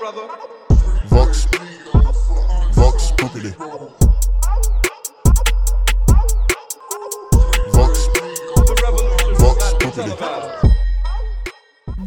brother. Vox, Vox Populi. Vox, The revolution Vox got Populi. televised.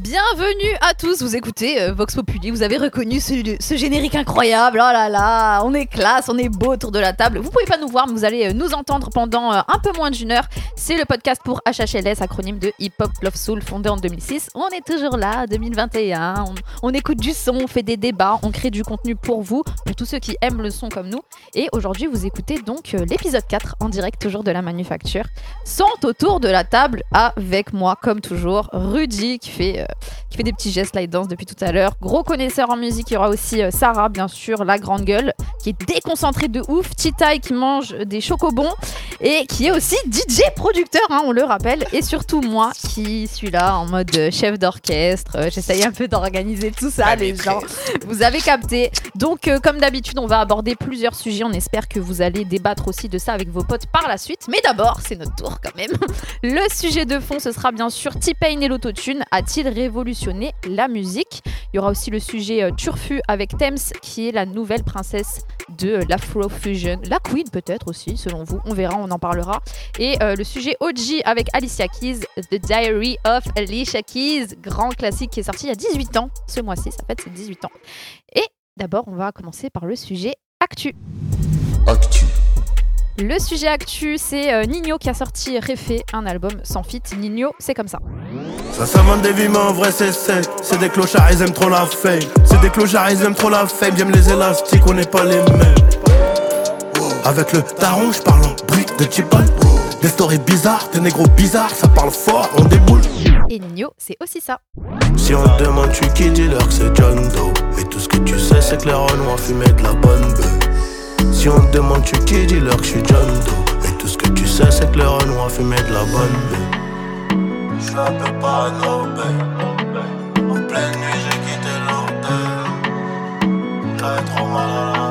Bienvenue à tous, vous écoutez euh, Vox Populi, vous avez reconnu ce, ce générique incroyable, oh là là, on est classe, on est beau autour de la table, vous pouvez pas nous voir mais vous allez euh, nous entendre pendant euh, un peu moins d'une heure, c'est le podcast pour HHLS, acronyme de Hip Hop Love Soul fondé en 2006, on est toujours là, 2021, on, on écoute du son, on fait des débats, on crée du contenu pour vous, pour tous ceux qui aiment le son comme nous, et aujourd'hui vous écoutez donc euh, l'épisode 4 en direct toujours de la manufacture, sont autour de la table avec moi comme toujours, Rudy qui fait... euh, qui fait des petits gestes là, il danse depuis tout à l'heure. Gros connaisseur en musique, il y aura aussi euh, Sarah, bien sûr, la grande gueule, qui est déconcentrée de ouf, Titaï qui mange des chocobons et qui est aussi DJ producteur, hein, on le rappelle, et surtout moi qui suis là en mode euh, chef d'orchestre. Euh, J'essaye un peu d'organiser tout ça, les gens. Vous avez capté. Donc, euh, comme d'habitude, on va aborder plusieurs sujets. On espère que vous allez débattre aussi de ça avec vos potes par la suite. Mais d'abord, c'est notre tour quand même. Le sujet de fond, ce sera bien sûr T-Pain et l'autotune. A-t-il révolutionné la musique Il y aura aussi le sujet euh, Turfu avec Thames, qui est la nouvelle princesse de euh, l'Afrofusion. La queen peut-être aussi, selon vous. On verra, on en parlera. Et euh, le sujet OG avec Alicia Keys, The Diary of Alicia Keys, grand classique qui est sorti il y a 18 ans. Ce mois-ci, ça fait ses 18 ans. Et d'abord, on va commencer par le sujet Actu. Actu. Le sujet actu, c'est euh, Nino qui a sorti Réfé, un album sans feat. Nino, c'est comme ça. Ça s'invente des vies, mais en vrai c'est sec. C'est des clochards, ils aiment trop la fame. C'est des clochards, ils aiment trop la fame. J'aime les élastiques, on n'est pas les mêmes. Avec le taron, je parle en bruit de chipon. Des stories bizarres, des négros bizarres, ça parle fort, on déboule. Et Nino, c'est aussi ça. Si on te demande, tu qui dis leur que c'est John Doe. Et tout ce que tu sais, c'est que les Renoirs fumaient de la bonne bœuf. Si on te demande, tu qui dis leur que je suis John Doe. Et tout ce que tu sais, c'est que les Renoirs fumaient de la bonne bœuf. Je suis un peu parano, En pleine nuit, j'ai quitté l'hôtel. T'as trop mal à la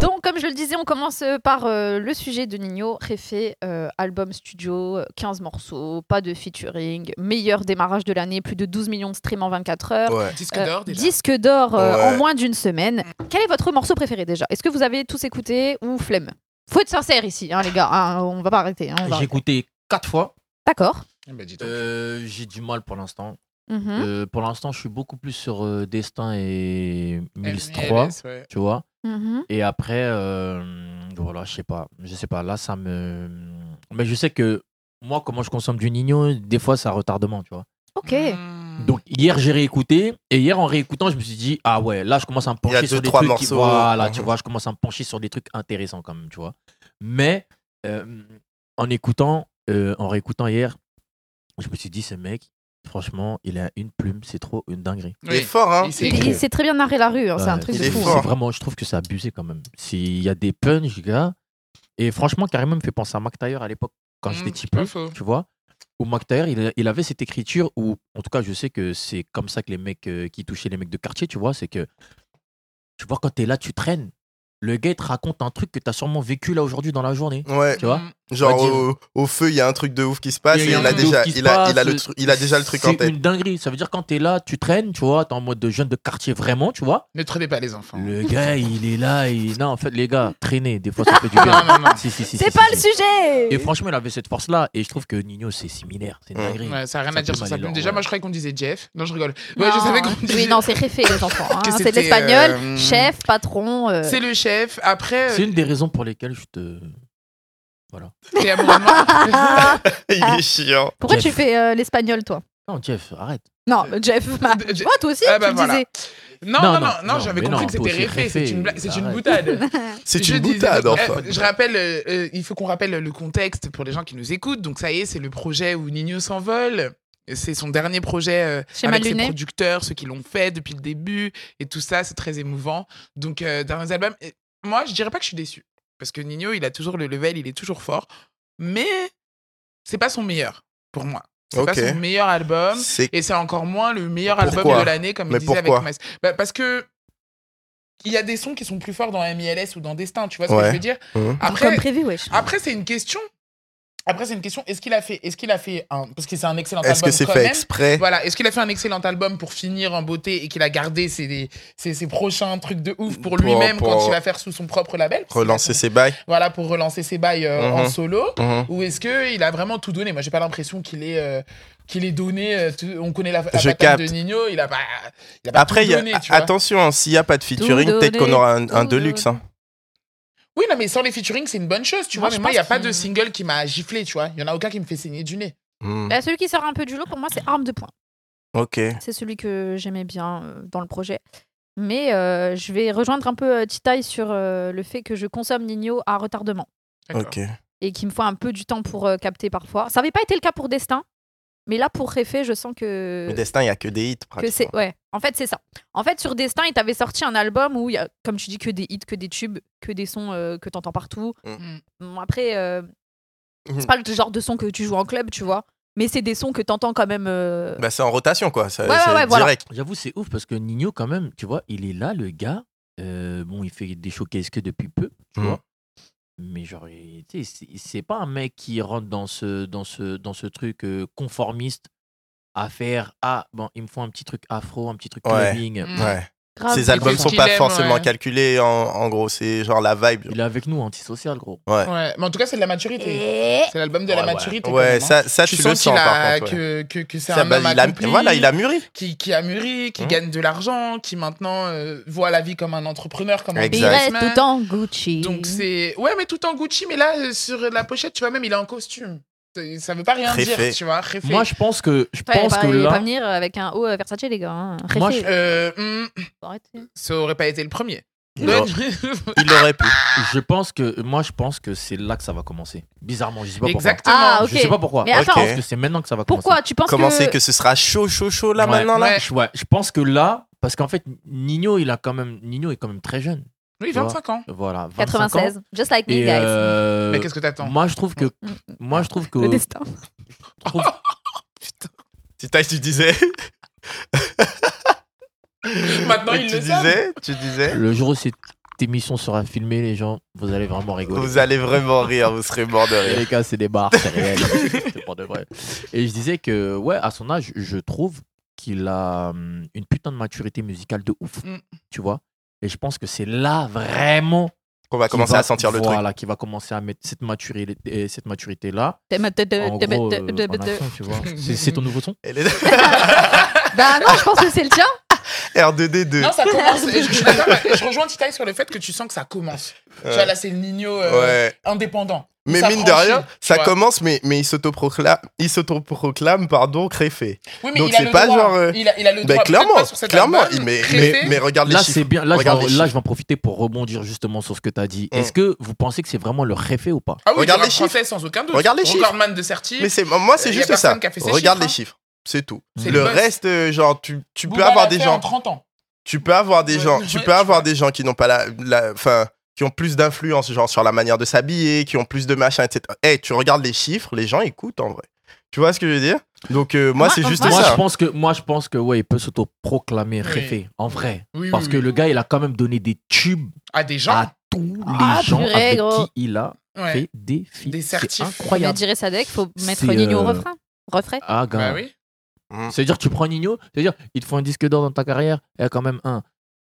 Donc, comme je le disais, on commence euh, par euh, le sujet de Nino, Réfé, euh, album studio, euh, 15 morceaux, pas de featuring, meilleur démarrage de l'année, plus de 12 millions de streams en 24 heures. Ouais. Disque Euh, d'or déjà. disque d'or euh, Ouais. en moins d'une semaine. Quel est votre morceau préféré déjà Est-ce que vous avez tous écouté ou flemme Faut être sincère ici, hein, les gars. hein, on va pas arrêter. hein, on va- J'ai écouté quatre fois. D'accord. Eh ben, Euh, J'ai du mal pour l'instant. Mhm, Euh, pour l'instant, je suis beaucoup plus sur euh, Destin et LMILS, 1003, ouais. tu vois. mhm. Et après, euh, voilà, je sais pas, je sais pas. Là, ça me, mais je sais que moi, comment je consomme du Nino, des fois, ça retardement, tu vois. Ok. Mmh. Hmm. Mm. Donc hier, j'ai réécouté et hier, en réécoutant, je me suis dit ah ouais, là, je commence à me Il y a pencher deux, sur des trois trucs. Qui, morceaux. voilà, tu Mhm. vois, je commence à me pencher sur des trucs intéressants quand même, tu vois. Mais euh, en écoutant, euh, en réécoutant hier, je me suis dit ce mec, franchement, il a une plume, c'est trop une dinguerie. Oui. Il est fort, hein Il s'est- Il, il s'est très bien narré la rue, hein, c'est un Ouais, truc il de est fou. c'est fort. hein. vraiment, je trouve que c'est abusé quand même. S'il y a des punch, gars. Et franchement, carrément, il me fait penser à Mac Taylor à l'époque, quand Mm, Hmm. j'étais petit pas peu, faux. tu vois. Où Mac Taylor, il, a- il avait cette écriture où, en tout cas, je sais que c'est comme ça que les mecs euh, qui touchaient les mecs de quartier, tu vois, c'est que, tu vois, quand t'es là, tu traînes. Le gars, il te raconte un truc que t'as sûrement vécu là aujourd'hui dans la journée, Ouais, tu vois. Mm. genre On va dire- au, au feu, il y a un truc de ouf qui se passe y et a il un a truc de déjà, ouf qui se il a, il a le passe, euh, tru- il a déjà le truc en C'est tête. une dinguerie. Ça veut dire quand t'es là, tu traînes, tu vois, t'es en mode de jeune de quartier vraiment, tu vois. Ne traitez pas les enfants. Le gars, il est là. Il... Non, en fait, les gars, traînez. Des fois, ça fait du bien. Non, non, non. Si, si, si, C'est si, pas le si, si. sujet Et franchement, il avait cette force-là. Et je trouve que Nino, c'est similaire. C'est une Ouais. dinguerie. Ouais, ça n'a rien Ça à dire fait sur mal sa les plume. lents, Déjà, ouais. moi, je croyais qu'on disait Jeff. Non, je rigole. Ouais, je Non. savais qu'on disait. Oui, non, c'est Réfé, les enfants. hein. Que C'est de c'était, l'espagnol, euh, chef, patron. euh, C'est le chef. Après, C'est euh, une des raisons pour lesquelles je te. t'es amoureux de moi. Ah, il est chiant. Pourquoi Jeff. tu fais euh, l'espagnol, toi Non, Jeff, arrête. Non, Jeff. Moi, toi aussi, Euh, Ah, tu bah, le voilà. disais. Non, Non, non, non, non, non, non, j'avais mais compris non, que toi c'était aussi, réfé. C'est réfé, une, blague- c'est une arrête. boutade. C'est Je une disais- boutade, donc, enfin. eh, Je rappelle, euh, euh, il faut qu'on rappelle le contexte pour les gens qui nous écoutent. Donc ça y est, c'est le projet où Nino s'envole. C'est son dernier projet euh, Schéma avec ses luné. producteurs, ceux qui l'ont fait depuis le début et tout ça, c'est très émouvant. Donc euh, derniers albums, et moi je dirais pas que je suis déçu parce que Nino, il a toujours le level, il est toujours fort, mais c'est pas son meilleur pour moi. C'est Ok. pas son meilleur album C'est et c'est encore moins le meilleur album Pourquoi de l'année comme Mais il disait pourquoi avec Mas. Bah, parce que il y a des sons qui sont plus forts dans MILS ou dans Destin, tu vois ce que Ouais. je veux dire Mhm. Comme Après, Hmm. prévu, wesh. après c'est une question. Après, c'est une question est-ce qu'il a fait, est-ce qu'il a fait un, parce que c'est un excellent Est-ce album que c'est quand fait même. exprès Voilà, est-ce qu'il a fait un excellent album pour finir en beauté et qu'il a gardé ses, ses, ses prochains trucs de ouf pour, Pour- lui-même pour- quand il va faire sous son propre label Relancer ses bails Voilà, pour relancer ses bails euh, en Mhm. solo. Mhm. Ou est-ce qu'il a vraiment tout donné Moi, j'ai pas l'impression qu'il est. qu'il est donné, euh, tout- on connaît la, la Je patate capte. de Nino, il a pas, il Bah, a pas Après, tout il y a- donné, tu vois. attention, hein, s'il n'y a pas de featuring, Tout peut-être qu'on donné, aura un, un tout deluxe. hein. Oui, non, mais sans les featuring, c'est une bonne chose, tu Moi, vois. je Mais moi, il n'y a pense pas qu'il- de single qui m'a giflé, tu vois. Il n'y en a aucun qui me fait saigner du nez. hein. Hmm, Mhm. Bah, celui qui sort un peu du lot, pour moi, c'est Arme de Poing. Eh. Ok. C'est celui que j'aimais bien euh, dans le projet. Mais euh, je vais rejoindre un peu euh, Titaï sur euh, le fait que je consomme Nino à retardement D'accord. Ok. et qu'il me faut un peu du temps pour euh, capter parfois. Ça n'avait pas été le cas pour Destin, mais là, pour Réfé, je sens que. Mais Destin, il n'y a que des hits, que c'est pratiquement. ouais en fait c'est ça en fait sur Destin il t'avait sorti un album où il y a comme tu dis que des hits que des tubes que des sons euh, que t'entends partout Mm. Bon, après euh, Mhm. c'est pas le genre de son que tu joues en club tu vois mais c'est des sons que t'entends quand même euh, Bah, c'est en rotation, quoi. Ça- Ouais, ouais, c'est ouais, voilà. direct. J'avoue, c'est ouf parce que Nino, quand même, tu vois, il est là, le gars. Euh, bon, il fait des showcases que depuis peu, tu Mhm. vois. Mais genre, il- tu sais, c'est- c'est pas un mec qui rentre dans ce, dans ce, dans ce truc euh, conformiste à faire Ah, bon, il me faut un petit truc afro, un petit truc Ouais. clubbing. Mmh. Mm. Ouais. grave Ses albums fait ce sont qu'il pas aime, forcément ouais. calculés, en, en gros. C'est genre la vibe. Il est avec nous, antisocial, gros. Ouais. Mais en tout cas, c'est de la maturité. Et- C'est l'album de Ouais, la ouais. maturité. quand Ouais, même, hein. ça, ça tu, tu, le sens qu'il sens, par a, contre. ouais. que, que, que c'est Ça, un bah, homme il a, accompli, voilà, il a mûri. Qui, qui a mûri, qui Mhm. gagne de l'argent, qui maintenant euh, voit la vie comme un entrepreneur, comme un et il Exact. reste businessman. tout en Gucci Mhm. Donc c'est... Ouais, mais tout en Gucci, mais là, euh, sur la pochette, tu vois, même, il est en costume. C'est- Ça veut pas rien Réfé. dire, tu vois. Réfé. Moi, je pense que, je Enfin, il va pense pas, que bah, il va pas là, venir avec un haut euh, Versace les gars hein. Moi, Réfé, je- Euh, hum, faut arrêter. ça aurait pas été le premier. Il aura- il aurait pu. je pense que, moi, je pense que c'est là que ça va commencer. Bizarrement, je sais pas pourquoi. Exactement. Ah, ok. Je sais pas pourquoi. Mais Je attends. pense que c'est maintenant que ça va commencer. pourquoi tu penses Comment que c'est que ce sera chaud, chaud, chaud là Ouais. maintenant là Ouais. Je- ouais, je pense que là, parce qu'en fait, Nino, il a quand même, Nino est quand même très jeune. Oui, 25 ans. Voilà, 25 ans. 96 just like me Et, guys Mm, euh, Mais qu'est-ce que t'attends moi, je trouve que, moi, je trouve que, le destin je trouve- Titaï, tu disais, Maintenant, tu il le savent. disais, tu disais. le jour où cette émission sera filmée, les gens, vous allez vraiment rigoler. Vous allez vraiment rire, vous serez mort de Et rire. les gars, c'est des bars, c'est réel. C'est pour de vrai. Et je disais que, ouais, à son âge, je trouve qu'il a hum, une putain de maturité musicale de ouf. Mm. Tu vois Et je pense que c'est là vraiment On va qu'il commencer va- à sentir le truc. Voilà, qui va commencer à mettre cette maturité, cette maturité là. euh, En gros, euh, en action, bah tu vois. C'est c'est ton nouveau son Et les- non je pense que c'est le tien R2D2. Non, ça commence. Et je, je suis d'accord, mais je rejoins Titaï sur le fait que tu sens que ça commence. Tu vois, là, c'est le Nino euh, Ouais. indépendant. Mais Ça mine de franchit, rien, tu ça vois. commence, mais, mais il s'autoproclame, il s'autoproclame, pardon, créfé. Oui, mais Donc, il a c'est le pas droit. genre, euh, Il, a, il a le droit. Ben Peut-être clairement, pas sur cet clairement, album, il- mais, mais, Créfé. mais regarde les Là, chiffres. c'est bien. Là, je Regarde vais- les là, je chiffres. vais en profiter pour rebondir justement sur ce que tu as dit. Mm. Est-ce que vous pensez que c'est vraiment le réfé ou pas Ah oui, Regarde regarde les les français, sans aucun doute. Regarde les chiffres. Recordman de Certi. Mais c'est moi, Euh, c'est y a juste personne ça. qui a fait ces Regarde chiffres, les chiffres, c'est tout. C'est Le le boss. reste, euh, genre, tu, tu peux Booba avoir l'a des fait gens, En 30 ans. tu peux avoir des Ouais, gens, ouais, tu tu peux avoir vois. des gens qui n'ont pas la, la, enfin, qui ont plus d'influence, genre sur la manière de s'habiller, qui ont plus de machin, etc. Eh, tu regardes les chiffres, les gens écoutent en vrai. Tu vois ce que je veux dire Donc euh, moi, Moi- c'est juste moi, Moi, ça. je pense que, moi, je pense que, ouais, il peut s'autoproclamer Oui. réfé en vrai, Oui, oui, parce que oui. le gars, il a quand même donné des tubes À des gens. à tous les Ah, gens purée, avec gros. qui il a Ouais. fait des filles. Des C'est certifs. Je incroyable. dirais Sadek, faut mettre C'est, Nino au euh, refrain. Refrain. Ah, Bah gars. oui. C'est-à-dire, tu prends Nino, c'est-à-dire, il te faut un disque d'or dans ta carrière, il y a quand même un.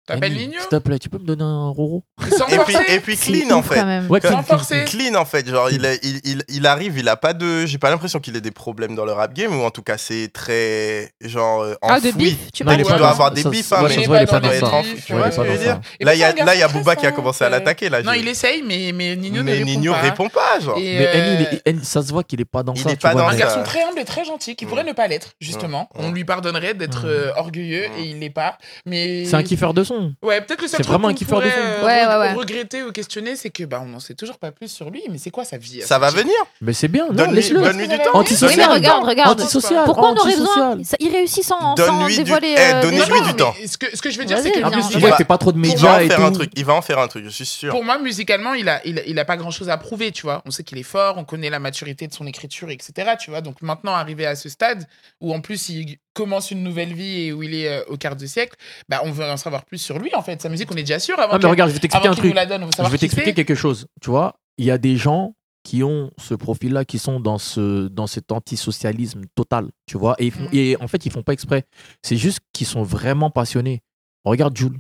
T'appelles Annie, Nino S'il te plaît, tu peux me donner un roro Sans Et puis, forcer. et puis clean en fait. Ouais, Sans clean, clean, forcer. clean. Clean en fait, genre il, est- il, il, il arrive, il a pas de, j'ai pas l'impression qu'il ait des problèmes dans le rap game ou en tout cas c'est très genre euh, Ah, de enfoui. bif, tu Non, parles il est tu pas dois dans- avoir des ça- bifs, ouais, hein, ça mais se voit, il est il pas est dans pas ça. dans les Ouais, bifs, il est tu vois pas ce que dans je veux ça. dire. Et Là il pourtant, y a, regarde là, il y a son Booba qui a présent, commencé à euh, l'attaquer là. Non, je- il essaye, mais, mais Nino mais ne répond Nino pas. répond pas genre. Et, Mais euh, Annie, il est- Annie, ça se voit qu'il est pas dans Il ça. est tu pas vois, dans mais- Un ça. garçon très humble et très gentil qui Mm. pourrait ne pas l'être, justement. Mm. On lui pardonnerait d'être Mm. euh, orgueilleux Mm. et il l'est pas. Mais C'est un kiffeur de son. Ouais, peut-être le seul C'est truc vraiment un qu'on kiffeur de pourrait, son. euh, Ouais, ouais, ouais. regretter ou questionner, c'est que bah on n'en sait toujours pas plus sur lui. Mais c'est quoi sa vie à Ça ce va type venir. Mais c'est bien, non, Donne-lui laisse-le. donne lui du temps. Oui, mais Antisocial. regarde, regarde. Antisocial. Pourquoi on aurait antisocial. besoin Ça- Il réussit sans, sans Donne-lui du- dévoiler. Eh, euh, donnez-lui les Non, Donne-lui gens. non, du mais temps. ce que, ce que je veux dire, Vas-y, c'est que viens. En plus, Il tu vois, va- il fait pas trop de Il va médias en et faire un tout. truc. Il va en faire un truc, je suis sûr. Pour moi, musicalement, il a, il, il a pas grand chose à prouver, tu vois. On sait qu'il est fort, on connaît la maturité de son écriture, etc. Tu vois. Donc maintenant, arrivé à ce stade où en plus il commence une nouvelle vie et où il est euh, au quart de siècle, bah on veut en savoir plus sur lui en fait. Sa musique, on est déjà sûr avant. Ah, mais qu'il- regarde, je vais t'expliquer avant un qu'il nous truc. la donne, on veut Je savoir vais qui t'expliquer c'est. quelque chose. Tu vois, il y a des gens qui ont ce profil-là, qui sont dans, ce, dans cet antisocialisme total, tu vois. Et, ils font- Hmm. Mm. et en fait, ils font pas exprès. C'est juste qu'ils sont vraiment passionnés. Regarde Jules.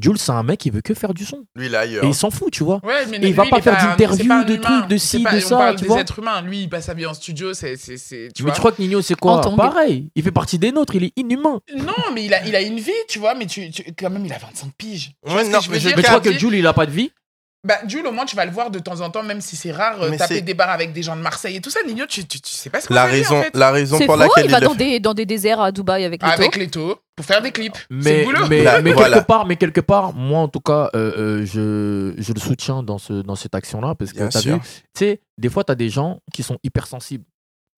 Jules, c'est un mec qui veut que faire du son. Lui, là, ailleurs. Et il s'en fout, tu vois. Ouais, mais Et il va lui, pas est faire un- c'est d'interview, pas un de humain. trucs, de C'est ci, pas- de on ça, parle tu des vois. êtres humains. Lui, il passe sa vie en studio. C'est, c'est, c'est- tu Bah. mais vois. tu crois que Nino, c'est quoi Entendez. Pareil. Il fait partie des nôtres, il est inhumain. Non, mais il a, il a une vie, tu vois. Mais tu, tu- quand même, il a 25 piges. Tu Ouais, vois ce que non, je mais veux je- dire Mais tu crois que Cardi- Jules, il a pas de vie Bah, Jules, au moins, tu vas le voir de temps en temps, même si c'est rare, euh, Mais taper c'est- des bars avec des gens de Marseille et tout ça. Nino, tu, tu, tu sais pas ce que La raison, en fait. la raison C'est pour faux, laquelle il va le dans fait- des, dans des déserts à Dubaï avec les Avec taux. les taux, pour faire des clips. c'est le mais, boulot. mais, Là, mais voilà. quelque part mais quelque part moi en tout cas euh, euh, je, je le soutiens dans ce dans cette action là parce que Bien t'as sûr. vu tu sais des fois t'as des gens qui sont hypersensibles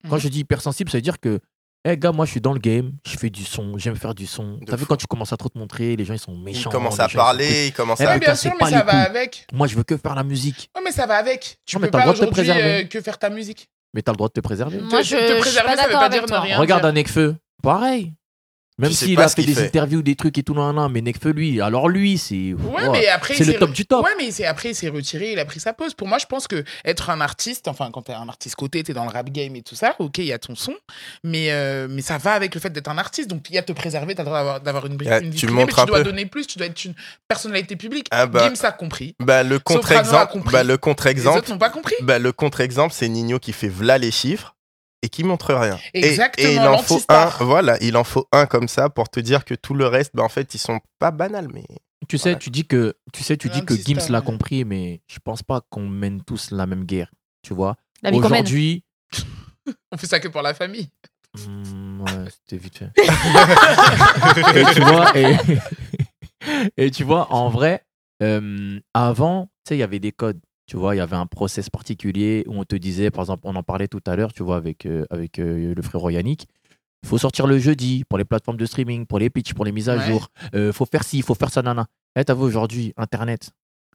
quand Mhm. je dis hypersensible ça veut dire que eh gars moi je suis dans le game je fais du son j'aime faire du son De t'as vu fou. quand tu commences à trop te montrer les gens ils sont Il méchants commence les à gens, ils sont parler, il commence Eh à. Ouais, ben, bien c'est sûr, pas mais ça les va couilles. avec. trucs. moi je veux que faire la musique Ouais, mais ça va avec. Tu Non, mais peux t'as le pas droit de te aujourd'hui préserver. euh, que faire ta musique. mais t'as le droit de te préserver Moi, Te- je, te je suis préserver, pas ça veut d'accord pas dire avec ne toi. rien. regarde dire. un Nekfeu pareil même Tu sais s'il pas a ce fait qu'il des fait. interviews des trucs et tout nan, nan, mais Nekfeu lui alors lui c'est Ouais, ouah, mais après, c'est il le s'est top re- du top Ouais, mais c'est après, il s'est retiré, il a pris sa pause. Pour moi, je pense que être un artiste, enfin, quand t'es un artiste côté, t'es dans le rap game et tout ça, ok, il y a ton son, mais, euh, mais ça va avec le fait d'être un artiste. Donc, il y a te préserver, t'as le droit d'avoir- d'avoir Eh, une, bri- Ah, une vie tu privée, montres mais un tu dois peu. donner plus, tu dois être une personnalité publique. Ah bah. Gims a compris. Bah, le Soprano a contre-exemple, compris. bah, le Les autres contre-exemple, n'ont pas compris. bah, le contre-exemple, c'est Nino qui fait v'là les chiffres et qui montre rien. Et- Exactement, Et, il en faut un, l'antistar. voilà, il en faut un comme ça pour te dire que tout le reste, bah, en fait, ils sont pas banals, mais Tu sais, Voilà. tu dis que tu sais, tu Un dis que petit Gims star, l'a ouais. compris, mais je pense pas qu'on mène tous la même guerre. Tu vois. La vie qu'on mène. Aujourd'hui, On fait ça que pour la famille. Hmm, ouais, c'était vite fait. et tu vois, et, et tu vois, en vrai, euh, avant, tu sais, il y avait des codes. Tu vois, il y avait un process particulier où on te disait, par exemple, on en parlait tout à l'heure, tu vois, avec euh, avec euh, le frérot Yannick. Faut sortir le jeudi pour les plateformes de streaming, pour les pitchs, pour les mises à Ouais. jour. Euh, faut faire ci, faut faire ça, nana. Eh, t'as vu aujourd'hui, Internet,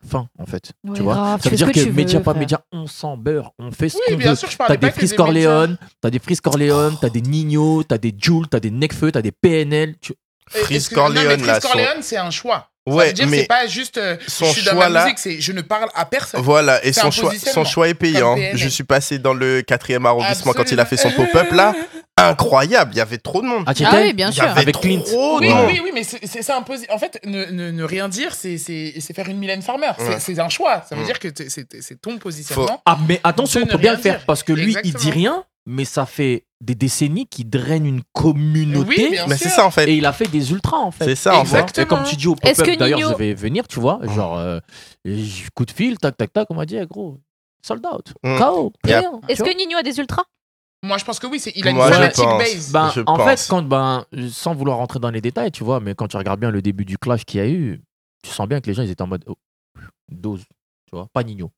fin en fait. Ouais, tu vois, grave, ça tu fais veut dire ce que, tu veux, média, pas frère. média, on s'en beurre, on fait ce Oui, qu'on veut. bien sûr, je parlais T'as pas des que des Fris médias. Corleone, t'as des Fris Corleone, t'as des Nino, t'as des Jules, t'as des Necfeu, t'as des PNL. tu- Et- Freeze est-ce que- non, mais Corleone, là, Freeze son- Corleone, c'est un choix. Ouais, ça veut dire, mais c'est pas juste euh, son je suis dans choix, ma là- musique, c'est je ne parle à personne. voilà. Et C'est son un choix, son positionnement, choix est payant. comme PNL. Je suis passé dans le quatrième arrondissement quand il a fait son Absolument. pop-up là, incroyable. Il y avait trop de monde. Ah, tu Ah t'aimes oui, bien Il y sûr. avait Avec trop Clint. de Oui, Ouais. monde. oui, oui, mais c'est c'est- c'est imposi- En fait, ne, ne- ne rien dire, c'est- c'est c'est faire une Mylène Farmer. C'est- Ouais. C'est un choix. Ça veut Mm. dire que t'es- c'est c'est ton positionnement. Ah, mais attention, De il ne faut bien rien le faire dire. parce que lui, il dit Exactement. rien, mais ça fait des décennies qu'il draine une communauté Oui, bien Mais sûr. c'est ça en et fait. il a fait des ultras en fait. C'est ça en fait. Exact. Et comme tu dis au Est-ce pop-up, que d'ailleurs, Nino- je vais venir, tu vois, genre euh, j- coup de fil, tac, tac, tac, on m'a dit, eh, gros, sold out, Mm. KO, Yep. rien. Est-ce Tu que Nino a des ultras Moi, je pense que oui, c'est- il a une Moi, je fanatique pense. base. Bah, Ben, Je en pense. fait, quand, ben, sans vouloir rentrer dans les détails, tu vois, mais quand tu regardes bien le début du clash qu'il y a eu, tu sens bien que les gens, ils étaient en mode oh, dose, tu vois, pas Nino.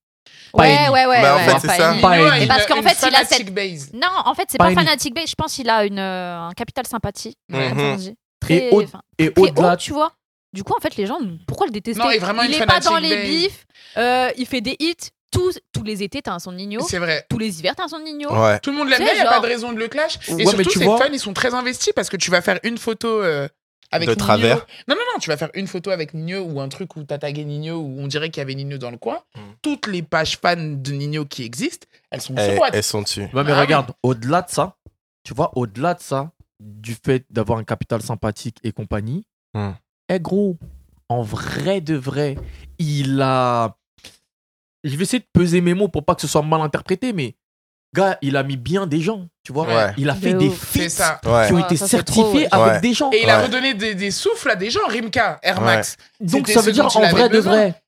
Pas Ouais, Ellie. ouais, ouais. Bah, en ouais, fait, ouais, c'est pas ça. Ellie. Nino Pas a Ellie. une- Parce qu'en une fait, il a fanatique cette- base. Non, en fait, c'est Pas pas, Ellie. fanatique base. Je pense qu'il a une, euh, un capital sympathie. Mhm. comme on dit. Très, au- enfin, Et très haut, au-delà, tu vois. Du coup, en fait, les gens, pourquoi le détester Non, et vraiment Il une est pas dans fanatique les base. bifs. euh, il fait des hits. Tous, tous les étés, t'as un son de Nino. C'est vrai. Tous les hivers, t'as un son de Nino. Ouais. Tout le monde l'aime C'est bien, il n'y a genre- pas de raison de le clash. Et Ouais, mais surtout, tu ses vois- fans, ils sont très investis parce que tu vas faire une photo euh, avec De Nino. travers. Non, non, non, tu vas faire une photo avec Nino ou un truc où t'as tagué Nino ou on dirait qu'il y avait Nino dans le coin. Mm. Toutes les pages fans de Nino qui existent, elles sont Eh, sur Watt. Elles sont dessus. Ouais, mais Ah oui. regarde, au-delà de ça, tu vois, au-delà de ça, du fait d'avoir un capital sympathique et compagnie, Hmm. eh gros, en vrai de vrai, il a. Je vais essayer de peser mes mots pour pas que ce soit mal interprété, mais gars, il a mis bien des gens, tu vois. Ouais. Il a De fait des ouf. feats C'est ça. Ouais. qui ont Ouais. été Ah, Ça, c'est trop, certifiés ouais. avec Ouais. des gens. Et il a Ouais. redonné des, des souffles à des gens, Rimka, Air Ouais. Max. Donc C'était ça ce veut dire dont il en avait vrai de besoin. vrai,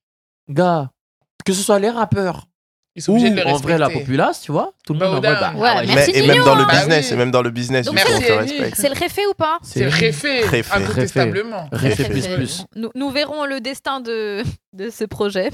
gars, que ce soit les rappeurs Ils sont ou obligés de le en vrai la respecter. populace, tu vois, tout le monde Bow en mode, down. bah, Ouais, ah Mais, Merci et Nino, même dans le hein. business, Bah et oui. même dans le business, Donc du coup, on merci, te Annie. respecte. C'est le réfé ou pas C'est réfé, Réfé. incontestablement. Réfé, Réfé. plus, plus. Nous, nous verrons le destin de, de ce projet.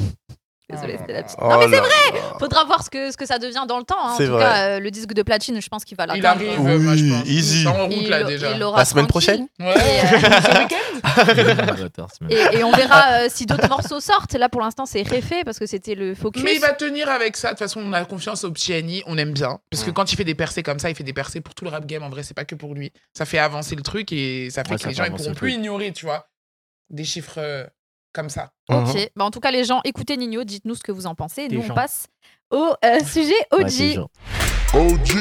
Désolée, Ah. c'était la petite- Oh Non, mais c'est là vrai là. Faudra voir ce que, ce que ça devient dans le temps. hein. En C'est tout vrai. cas, euh, le disque de platine, je pense qu'il va Il l'atteindre. arrive, euh, Oui, moi, je pense. easy. Ils sont en route, Il- là, déjà. il l'aura La semaine tranquille. prochaine Ouais. Et, euh, Ce week-end et- et on verra euh, si d'autres morceaux sortent. Là, pour l'instant, c'est réfait parce que c'était le focus. Mais il va tenir avec ça. De toute façon, on a confiance au petit Annie, on aime bien. Parce que Mm. quand il fait des percées comme ça, il fait des percées pour tout le rap game. En vrai, c'est pas que pour lui. Ça fait avancer le truc et ça fait Ouais, que ça les fait gens ils avancer pourront le plus truc. ignorer, tu vois. Des chiffres euh, comme ça. Ok. Mhm. Bah, en tout cas, les gens, écoutez Nino, dites-nous ce que vous en pensez. Et Des nous, on gens. passe au euh, sujet OG. Ouais, c'est genre- OG,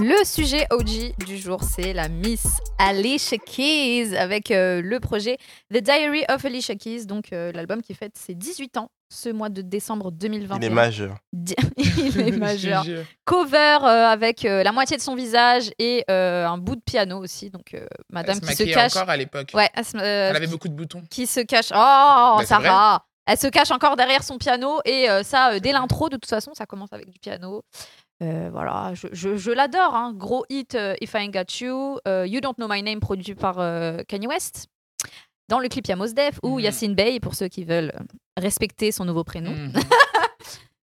Le sujet OG du jour, c'est la Miss Alicia Keys avec euh, le projet The Diary of Alicia Keys, donc euh, l'album qui fête ses 18 ans ce mois de décembre 2021. Il est majeur. Di- Il est Je te majeur. jure. Cover euh, avec euh, la moitié de son visage et euh, un bout de piano aussi, donc euh, Elle madame se qui se maquillait cache. encore à l'époque. Ouais, elle se- euh, Elle avait beaucoup de boutons. qui se cache. Oh, Mais Bah, c'est Sarah Elle se cache encore derrière son piano et euh, ça, euh, dès l'intro, de toute façon, ça commence avec du piano. Euh, voilà, je, je- je l'adore. hein. Gros hit euh, If I Ain't Got You, euh, You Don't Know My Name, produit par euh, Kanye West. Dans le clip Yamos Def ou Mhm. Yacine Bey, pour ceux qui veulent euh, respecter son nouveau prénom. Mhm.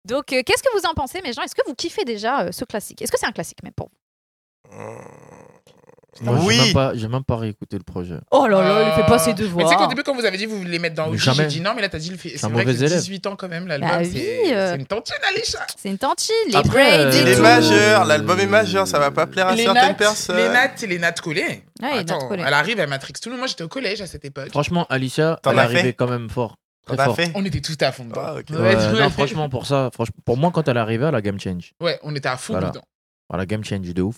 Donc, euh, qu'est-ce que vous en pensez, mes gens Est-ce que vous kiffez déjà euh, ce classique Est-ce que c'est un classique même pour vous Moi, j'ai Oui. même pas- J'ai même pas réécouté le projet. Oh là là, là, il il Euh, fait pas ses Mais tu sais qu'au devoirs. début, quand vous avez dit vous voulez les mettre dans Mais OG, j'ai jamais. dit non, mais là, t'as dit le fait- un c'est vrai que mauvais c'est élève. 18 ans quand même, l'album. Bah oui, c'est euh. c'est une tontine, Alicia. C'est une tantine, les Après, braids euh, et Il Les est tout. majeur, l'album est majeur, ça va pas plaire à les certaines nattes, personnes. les nattes, c'est les nattes collées. Ouais, les Attends, nattes collées. elle arrive, elle matrix tout le monde. Moi, j'étais au collège à cette époque. Franchement, Alicia, T'en elle est as fait arrivée quand même fort. T'en Très as fort. fait On était tout à fond dedans. Ah, ok. Ouais, Ouais, tu vois. non, franchement, pour ça, franchement, pour moi, quand elle est arrivée, elle a game change. Ouais, on était à fond Voilà. dedans. Elle a game change de ouf.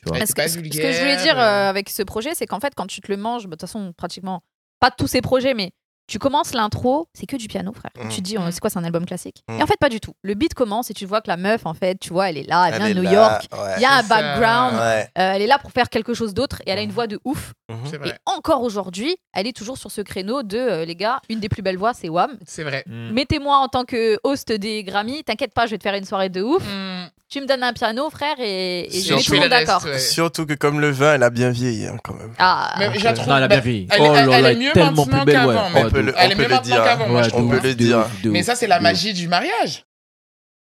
Tu vois. Ouais. Parce C'est pas que ce- ce que vulgaire, je voulais dire euh. euh, avec ce projet, c'est qu'en fait, quand tu te le manges, bah, de toute façon, pratiquement, pas tous ces projets, mais tu commences l'intro, c'est que du piano, frère. Mm. Tu te dis, oh, Mm. c'est quoi, c'est un album classique Mm. Et en fait, pas du tout. Le beat commence et tu vois que la meuf, en fait, tu vois, elle est là, elle, Elle vient de est New là, York, ouais. il y a un C'est ça. background, Ouais. euh, elle est là pour faire quelque chose d'autre et elle a une voix de ouf. Mhm. Hein C'est Et vrai. encore aujourd'hui, elle est toujours sur ce créneau de, euh, les gars, une des plus belles voix, c'est Wham. C'est vrai. Mm. Mettez-moi en tant que host des Grammy, t'inquiète pas, je vais te faire une soirée de ouf. Mm. Tu me donnes un piano, frère, et, et je Surtout- mets tout le Je monde fais le d'accord. reste, ouais. Surtout que comme le vin, elle a bien vieilli hein, quand même. Ah, Mais je la trouve- Non, elle a bien bah, vie. elle- oh là elle- elle là, est mieux tellement maintenant plus belle, ouais. qu'avant, Ouais, mais on peut de le, ouf. Elle on est peut mieux le maintenant dire. qu'avant, moi, Ouais, je de on trouve. peut ouf, le de dire. ouf, de Mais ouf. ça, c'est la de magie du mariage.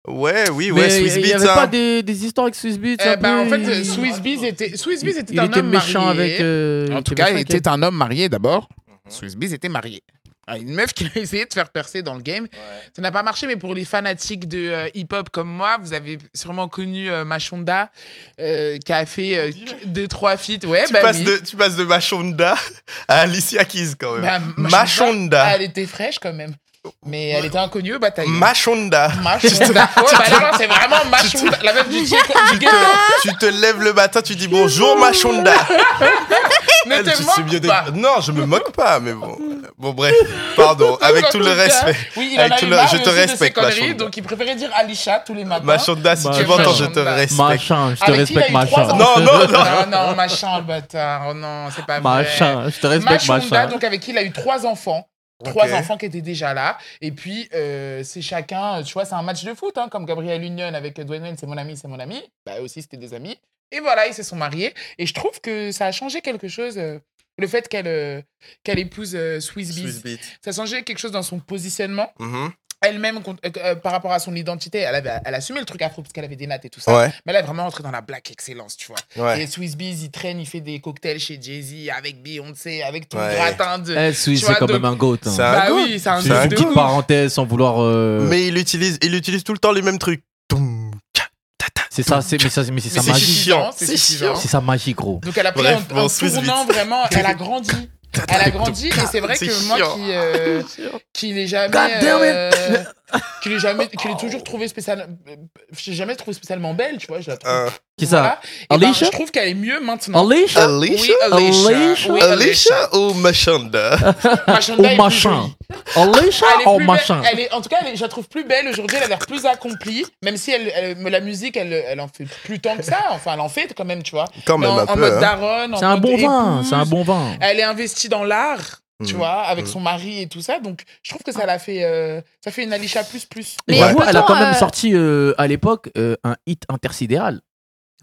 Ouais, oui, ouais, Mais Swiss il n'y Beats, avait hein. pas des, des histoires avec Swiss Beats Eh un ben, en peu, fait, il- euh, Swiss Beats était, Swiss Beats était Il un était homme méchant marié. avec. euh, En il tout était cas, il méchant avec était un homme marié d'abord. Mhm. Swiss Beats était marié à Ah, une meuf qui a essayé de faire percer dans le game. Ça n'a pas marché, mais pour les fanatiques de euh, hip-hop comme moi, vous avez sûrement connu euh, Machonda, euh, qui a fait euh, qu- deux, trois feats. Ouais, Tu, bah passes oui. de, tu passes de Machonda à Alicia Keys quand même. Bah, Machonda. Elle était fraîche quand même. Mais elle était inconnue au bataillon. Machonda. Machonda. Ouais, bah là, non, c'est vraiment Machonda. La meuf du ghetto- du ghetto. tu te lèves le matin, tu dis bonjour Machonda. Ne Elle, te tu- c'est bien moque de- pas. Non, je me moque pas, mais bon. Bon, bref, pardon, avec En tout le cas, respect. Oui, il en Avec a tout eu le- marre je aussi te de ses respecte, conneries, Machonda. Donc il préférait dire Alisha tous les matins. Machonda, si tu Machin. m'entends, je te respecte. Machin, je te Avec qui il a respecte, eu trois machin. enfants. Ah Non, non, non. Non, non, machin, le bâtard. Oh non, c'est pas vrai. Machin, je te respecte, Machonda, machin. donc avec qui il a eu trois enfants. Trois Ok. enfants qui étaient déjà là. Et puis, euh, c'est chacun, tu vois, c'est un match de foot, hein, comme Gabriel Union avec Dwayne Wade, c'est mon ami, c'est mon ami. Bah, eux aussi, c'était des amis. Et voilà, ils se sont mariés. Et je trouve que ça a changé quelque chose. euh, le fait qu'elle euh, qu'elle épouse euh, Swiss Beats, Swiss Beats. ça a changé quelque chose dans son positionnement. Mhm. Elle-même, contre- euh, euh, par rapport à son identité, elle, avait, elle assumait le truc afro parce qu'elle avait des nattes et tout ça. Ouais, Mais elle est vraiment entrée dans la black excellence, tu vois. ouais. Et Swiss Beats, il traîne, il fait des cocktails chez Jay-Z, avec Beyoncé, avec tout Ouais. le gratin de. Eh, Swiss, Tu vois, c'est quand donc- même un goat. hein. C'est un bah goût. oui, c'est un C'est un une truc de petite ouf. parenthèse sans vouloir. euh, Mais il utilise, il utilise tout le temps les mêmes trucs. Toum, tcha, ta, ta. C'est ça, c'est mais ça, mais c'est Mais sa c'est magie. chiant, C'est c'est suffisant. chiant. C'est sa magie, gros. Donc elle a pris Bref, un, bon, un Swiss tournant vraiment, elle a grandi. Elle a grandi et c'est vrai C'est que moi chiant. qui, euh, qui l'ai jamais. God damn euh, qui l'ai jamais. Qui l'ai toujours trouvé spécialement. Je l'ai jamais trouvé spécialement belle, tu vois, je la trouve. Euh, Qui ça Voilà. Et ben, Alicia Je trouve qu'elle est mieux maintenant. Alicia Alicia, Oui, Alicia. Alicia Oui, Alicia ou Machonda Machonda est Au plus machin. jolie. Alicia Elle est au plus machin. belle- elle est, en tout cas, elle est- je la trouve plus belle aujourd'hui. Elle a l'air plus accomplie. Même si elle, elle- mais la musique, elle, elle en fait plus tant que ça. Enfin, elle en fait quand même, tu vois. Quand Mais même en, un en peu. mode hein. daronne. en C'est un mode bon vin, c'est un épouse. bon vin. Elle est investie dans l'art, tu Mhm. vois, avec Mhm. son mari et tout ça. Donc, je trouve que ça l'a fait. euh, ça fait une Alicia plus plus. Mais Et j'avoue, elle a pourtant, quand même euh, sorti euh, à l'époque euh, un hit intersidéral.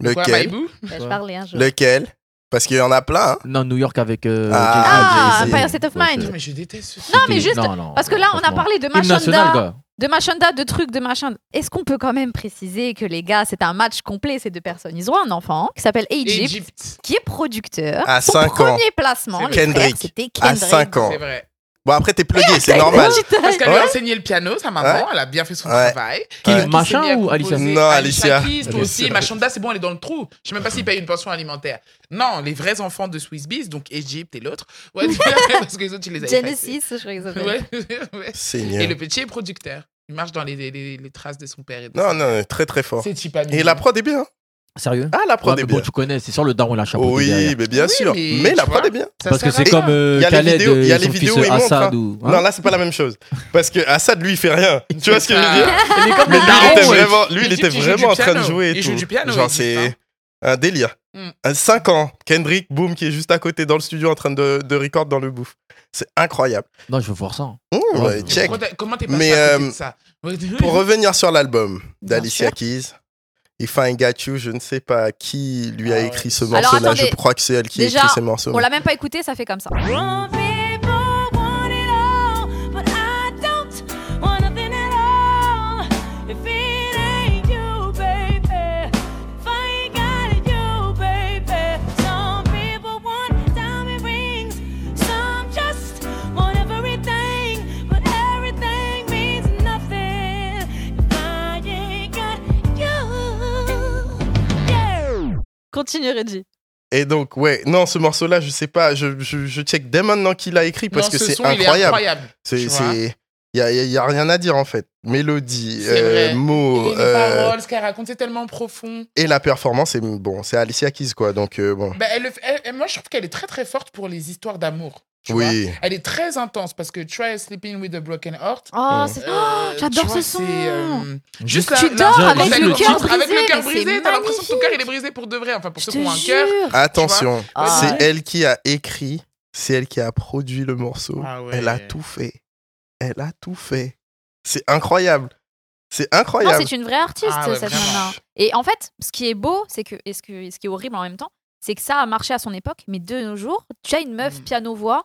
Quoi, Lequel Maïbou Bah, je parlais un jour. Lequel Parce qu'il y en a plein. hein. Non, New York avec. euh, Ah, Jay-Z. Empire Ouais, State of c'est- Mind. Non, mais je déteste ce Non, mais juste, non, non, Parce que là, on a franchement. parlé de Hymne national, Machonda, gars. de Machonda, de trucs, de machin. Est-ce qu'on peut quand même préciser que les gars, c'est un match complet, ces deux personnes Ils ont un enfant qui s'appelle Egypt, Égypte. qui est producteur. À Son cinq ans. premier placement, C'est les Kendrick. frères, c'était À Kendrick. 5 ans. C'est vrai. Bon, après, t'es plugué, c'est T'as normal. une petite- Parce qu'elle lui Ouais. a enseigné le piano, sa maman, Ouais. elle a bien fait son Ouais. travail. Qui, Elle s'est Machin mise à ou composer. Alicia Non, Alicia. Keys, toi aussi, Alicia. Machanda, c'est bon, elle est dans le trou. Je sais même pas s'il paye une pension alimentaire. Non, les vrais enfants de Swiss Beats, donc Egypte et l'autre. Ouais, parce que les autres, tu les as effacés. Genesis, je crois que ça s'appelle. Ouais, ouais. Et Seigneur. le petit est producteur. Il marche dans les, les- les- les traces de son père. Et de Non, sa- non, très très fort. C'est Chipa Et la prod est bien. hein. Sérieux Ah, la Ouais, prod mais est bon, bien. Oh tu connais, c'est sûr le daron il a chapeau Oui, mais bien Oui, sûr. mais Mais la tu prod vois, est bien. Ça Parce que sert à c'est rien. comme euh, Il y a les Khaled vidéos- il y a et les son vidéos, fils ils montrent, Assad ou. hein Non, là, c'est pas la même chose. Parce que Assad, lui, il fait rien. euh, Tu vois ce que je veux dire Il est comme Mais le lui, daron, il était Ah, oh, ouais. vraiment, lui, il Il joue- était il joue du vraiment en train de piano. jouer. Et Il tout. joue du piano, Genre, il dit, c'est hein. un délire. Mm. À 5 ans, Kendrick, boom, qui est juste à côté dans le studio en train de, de record dans le bouffe. C'est incroyable. Non, je veux voir ça. Mmh, Ouais, ouais, mais check. Pourquoi t'as- Comment t'es passé Mais, à côté euh, de ça Pour revenir sur l'album d'Alicia sûr. Keys, If I Got You, je ne sais pas qui lui a Ah ouais. écrit ce Alors, morceau-là. Je attendez. crois que c'est elle qui a Déjà, écrit ces morceaux. On l'a même pas écouté, ça fait comme ça. Some people want it all, but I don't want nothing at all. If it ain't you, baby, if I ain't got it, you, baby. Some people want diamond rings, some just want everything, but everything means nothing if I ain't got you. Yeah. Continue, Reggie. Et donc, ouais, non, ce morceau-là, je sais pas, je, je, je check dès maintenant qui l'a écrit parce Non, que ce c'est son, il est incroyable. incroyable. C'est, tu vois. c'est, y a, y a- y a rien à dire en fait. Mélodie, C'est euh, vrai. mots, Et les euh, paroles, ce qu'elle raconte, c'est tellement profond. et la performance, c'est bon, c'est Alicia Keys quoi, donc euh, bon. Bah, elle, le fait- elle- elle- moi, je trouve qu'elle est très très forte pour les histoires d'amour. tu vois. oui, Elle est très intense parce que Try Sleeping with a Broken Heart. Oh, Ouais. c'est. euh, Oh, tu J'adore vois, ce c'est, son. euh, Juste Tu là- dors là- avec quand le elle cœur chante, avec le brisé, cœur mais brisé, c'est t'as l'impression que ton cœur il est magnifique. brisé pour de vrai. Enfin, pour Je ceux te qui ont un cœur. jure. attention, Ah, c'est ouais. elle qui a écrit, c'est elle qui a produit le morceau. Ah ouais. Elle a tout fait, elle a tout fait. C'est incroyable, c'est Non, incroyable. c'est une vraie artiste, Ah ouais, cette vraiment. nana. Et en fait, ce qui est beau, c'est que, et ce, que, et ce qui est horrible en même temps, c'est que ça a marché à son époque, mais de nos jours, tu as une meuf Mm. piano-voix,